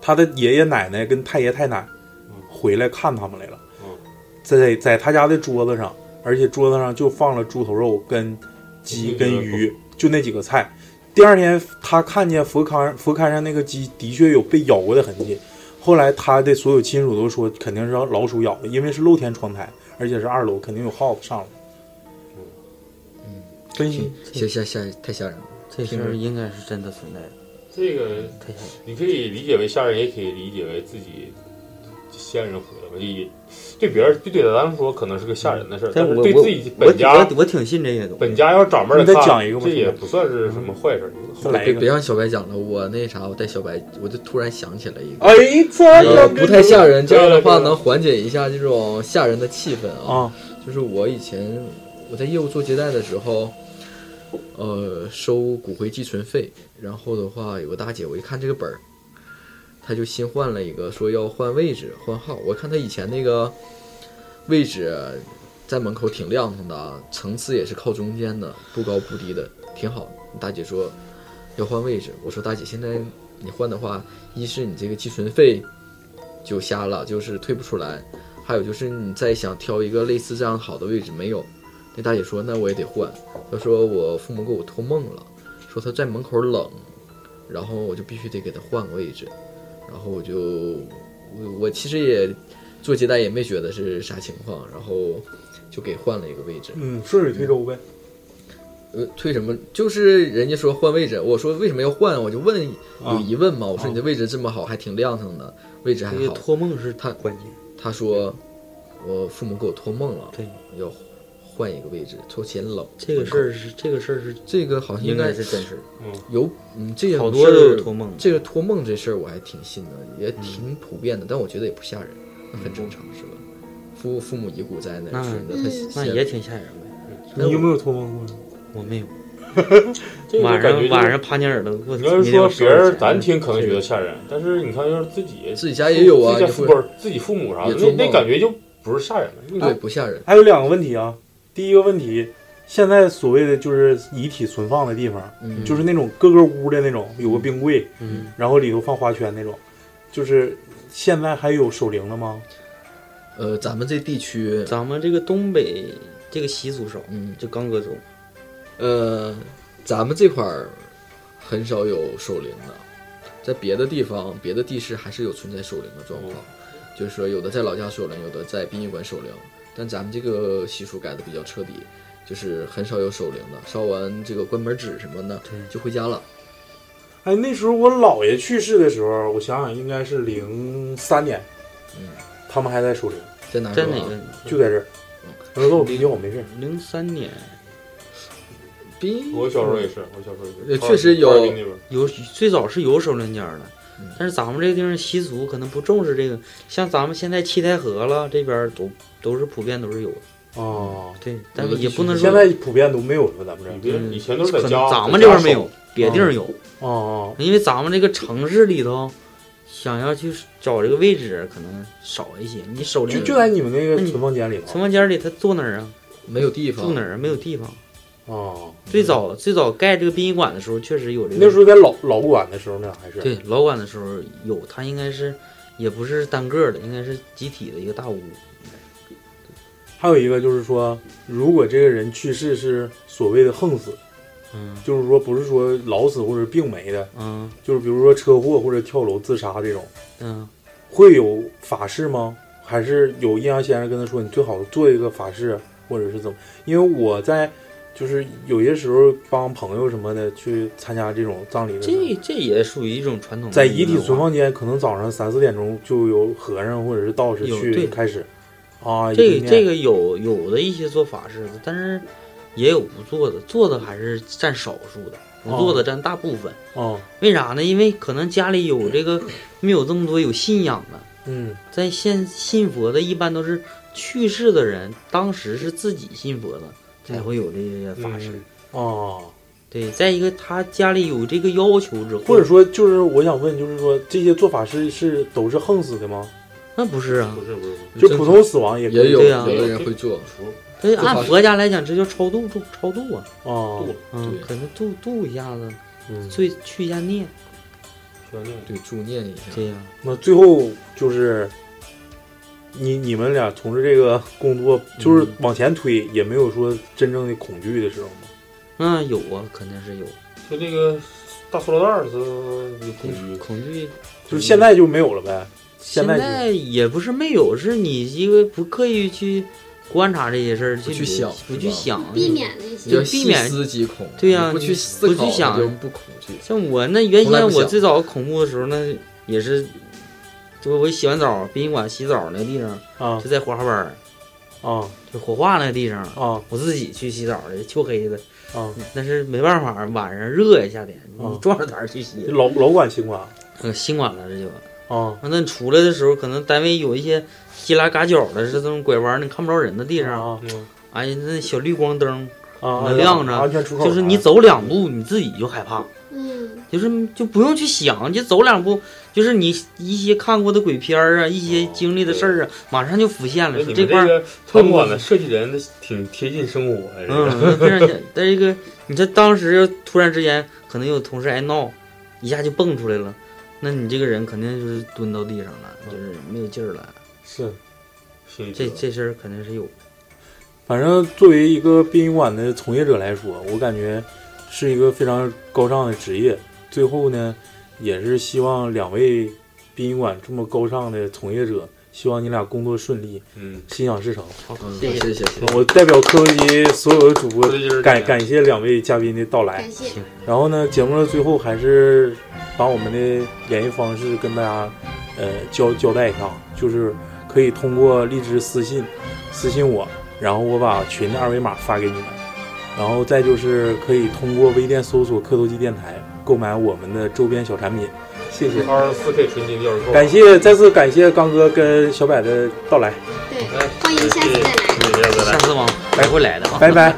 S2: 他的爷爷奶奶跟太爷太奶回来看他们来了，在在他家的桌子上，而且桌子上就放了猪头肉跟鸡跟鱼，就那几个菜。第二天他看见佛龛佛龛上那个鸡的确有被咬过的痕迹，后来他的所有亲属都说肯定是老鼠咬的，因为是露天窗台，而且是二楼，肯定有耗子上来。嗯真心
S6: 吓吓吓，太吓人了！这事儿应该是真的存在的。
S8: 这个你可以理解为吓人，也可以理解为自己先人回来吧。也对别人对对咱们说可能是个吓人的事儿，但
S6: 但
S8: 是
S6: 我
S8: 对
S6: 我
S8: 自己
S6: 我
S8: 本家
S6: 我我挺信这些东西。
S8: 本家要是长辈儿
S6: 你再
S8: 看
S6: 讲一个吧
S8: 这也
S6: 现在
S8: 不算是什么坏事儿。
S7: 别别让小白讲了，我那啥，我带小白，我就突然想起来一个，
S2: 哎操
S7: 呃不太吓人，这样的话能缓解一下这种吓人的气氛啊。就是我以前我在业务做接待的时候，呃，收骨灰寄存费，然后的话有个大姐，我一看这个本儿，她就新换了一个，说要换位置换号。我看她以前那个位置在门口挺亮堂的啊，层次也是靠中间的，不高不低的，挺好。大姐说要换位置，我说大姐，现在你换的话，一是你这个寄存费就瞎了，就是退不出来；还有就是你再想挑一个类似这样好的位置没有。那大姐说，那我也得换。她说我父母给我托梦了，说她在门口冷，然后我就必须得给她换个位置。然后我就我我其实也做接待也没觉得是啥情况，然后就给换了一个位置。
S2: 嗯，顺水推舟呗。
S7: 呃，推什么？就是人家说换位置，我说为什么要换？我就问
S6: 啊
S7: 有疑问嘛。我说你的位置这么好，还挺亮堂的，位置还
S6: 这个
S7: 好。
S6: 托梦是
S7: 他
S6: 关键。
S7: 他说我父母给我托梦了，
S6: 对，
S7: 要换一个位置，头前冷。
S6: 这个事儿是这个事儿是
S7: 这个好像
S6: 应
S7: 该
S6: 该是真事儿。
S7: 有嗯，这个
S6: 好多都有托梦嗯的
S7: 这个托梦这事儿我还挺信的，也挺普遍的，但我觉得也不吓人，那很正常是吧？父父母遗骨在那儿，
S6: 那
S7: 是那他
S6: 那也挺吓人呗。
S2: 哎
S7: 那我
S2: 你有没有托梦过？
S6: 我没有。
S8: <laughs> 这个
S6: 晚
S8: 感觉
S6: 上
S8: 就
S6: 晚上趴你耳朵，我
S8: 你要是
S6: 没有
S8: 说
S6: 事
S8: 别
S6: 儿
S8: 人，
S6: 嗯这
S8: 咱听可能觉得吓人，但是你看，要是自己
S7: 自己家也有啊
S8: 自己
S7: 也
S8: 家父
S7: 会
S8: 不是自己父母啥
S7: 也
S8: 的，
S7: 做
S8: 那
S7: 梦
S8: 那感觉就不是吓人了。
S7: 对，不吓人。
S2: 还有两个问题啊，第一个问题，现在所谓的就是遗体存放的地方，
S7: 嗯
S2: 就是那种各个屋的那种，有个冰柜，
S6: 嗯
S2: 然后里头放花圈那种，就是现在还有守灵的吗？
S7: 呃，咱们这地区，
S6: 咱们这个东北这个习俗少，
S7: 嗯，
S6: 就刚哥中，
S7: 呃，咱们这块儿很少有守灵的，在别的地方、别的地市还是有存在守灵的状况，
S6: 嗯
S7: 就是说有的在老家守灵，有的在殡仪馆守灵，但咱们这个习俗改的比较彻底，就是很少有守灵的，烧完这个关门纸什么的就回家了。
S2: 哎，那时候我姥爷去世的时候，我想想应该是零三年，
S7: 嗯，
S2: 他们还在守灵，
S7: 在哪儿啊
S6: 在哪个？
S8: 嗯
S2: 就在这儿。我说我啤酒，没事。
S6: 零三年，嗯
S7: 殡
S8: 我小时候也是，我小时候也
S6: 呃，
S8: 是，
S6: 确实
S8: 哈尔滨
S6: 有
S8: 那边
S6: 有最早是有守灵家的，
S8: 嗯
S6: 但是咱们这地方习俗可能不重视这个，像咱们现在七台河了这边儿都都是普遍都是有的。
S2: 哦，
S6: 对，但
S8: 嗯
S6: 是也不能说
S2: 现在普遍都没有了，咱们这
S6: 嗯
S2: 儿
S6: 可能咱们这边没有，别
S8: 嗯
S6: 地儿有。
S2: 哦
S6: 因为咱们这个城市里头，想要去找这个位置可能少一些。你守灵
S2: 就就在你们那个
S6: 那你
S2: 存放间里头。
S6: 嗯存放间里，他坐哪儿啊？
S7: 没有地方
S6: 住哪儿啊？没有地方。
S2: 哦，
S6: 最早最早盖这个殡仪馆的时候，确实有这个。
S2: 那时候在老老馆的时候呢，还是
S6: 对老馆的时候有，它应该是也不是单个儿的，应该是集体的一个大屋。
S2: 还有一个就是说，如果这个人去世是所谓的横死，
S6: 嗯，
S2: 就是说不是说老死或者病没的，
S6: 嗯，
S2: 就是比如说车祸或者跳楼自杀这种，
S6: 嗯，
S2: 会有法事吗？还是有阴阳先生跟他说你最好做一个法事，或者是怎么？因为我在就是有些时候帮朋友什么的去参加这种葬礼的时候，
S6: 这这也属于一种传统的
S2: 在
S6: 文化。
S2: 遗体存放间，可能早上三四点钟就有和尚或者是道士
S6: 有
S2: 去
S6: 对
S2: 开始啊，
S6: 这
S2: 一
S6: 个
S2: 念
S6: 这个有有的一些做法事的，但是也有不做的，做的还是占少数的，不做的占大部分。
S2: 哦，
S6: 为啥呢？因为可能家里有这个没有这么多有信仰的，
S2: 嗯
S6: 在信信佛的，一般都是去世的人当时是自己信佛的，才会有这些
S2: 嗯
S6: 法事。
S2: 哦，
S6: 对，再一个他家里有这个要求之后，
S2: 或者说就是我想问，就是说这些做法是是都是横死的吗？
S6: 那不是啊，
S8: 不是不是，
S2: 就普通死亡也可以
S6: 也有对啊
S7: 有的人会做，
S6: 他就按佛家来讲，这叫超度度超度啊。
S2: 哦，
S6: 嗯，可能度度一下子，
S2: 嗯
S6: 最去一下孽。
S7: 对，助念一下。
S6: 对呀、
S2: 那最后就是你你们俩从事这个工作，
S6: 嗯
S2: 就是往前推，也没有说真正的恐惧的时候吗？
S6: 那有啊，肯定是有。
S8: 就那个大塑料袋儿是恐惧，
S6: 恐惧
S2: 嗯就是现在就没有了呗。
S6: 嗯现
S2: 在就
S6: 也不是没有，是你因为不刻意去观察这些事儿，
S7: 不去
S6: 去
S7: 想
S6: 不
S7: 是
S6: 去
S7: 吧
S6: 想，
S3: 避免那些
S6: 就避免
S7: 细思极恐
S6: 对呀、
S7: 你不去
S6: 你
S7: 思考
S6: 不去想
S7: 你就不恐惧
S6: 像我那原
S7: 从来
S6: 先
S7: 不想
S6: 我最早恐怖的时候呢，那也是，就我洗完澡，殡仪馆洗澡那地方，
S7: 哦
S2: 啊
S6: 就在花湾儿，
S2: 啊，
S6: 就火化那地方，
S2: 啊，
S6: 我自己去洗澡的，秋黑的，
S7: 哦
S2: 啊，
S6: 但是没办法，晚上热呀，夏天，你壮着胆儿去洗，
S2: 老老管新管
S6: 呃，新管了这就。
S2: 啊，
S6: 那你出来的时候，可能单位有一些犄拉嘎角的，是这种拐弯儿，你看不着人的地
S7: 哦
S6: 方。哎呀，那小绿光灯
S2: 啊
S6: 那亮着
S2: 安全出，口啊
S6: 就是你走两步，你自己就害怕。
S3: 嗯，
S6: 就是就不用去想，就走两步，就是你一些看过的鬼片儿啊，一些经历的事儿啊，马上就浮现了。
S8: 哦你
S6: 说
S8: 们
S6: 块
S8: 这
S6: 儿
S8: 个场馆的设计人挺贴近生活的，
S6: 嗯，非常
S8: <laughs>
S6: 简单。但这个你这当时突然之间，可能有同事挨闹，一下就蹦出来了，那你这个人肯定就是蹲到地上了，
S8: 嗯
S6: 就是没有劲儿了。
S2: 是，
S6: 这这事儿肯定是有。
S2: 反正作为一个殡仪馆的从业者来说，我感觉是一个非常高尚的职业。最后呢，也是希望两位殡仪馆这么高尚的从业者，希望你俩工作顺利，
S8: 嗯，
S2: 心想事成。
S6: 好
S7: 谢谢谢谢
S2: 我代表科技所有的主播
S8: 科技人
S2: 感
S8: 员
S2: 感谢两位嘉宾的到来。
S3: 感谢行
S2: 然后呢，节目的最后还是把我们的联系方式跟大家呃交交代一下，就是可以通过荔枝私信私信我，然后我把群的二维码发给你们。然后再就是可以通过微店搜索“磕头机电台”购买我们的周边小产品。谢谢，
S8: 二十四 K 纯金钥匙扣，
S2: 感谢再次感谢刚哥跟小柏的到来，
S3: 对，欢迎下次再来。
S8: 谢谢，下次再来
S6: 下次往来回来的啊。
S2: 拜拜。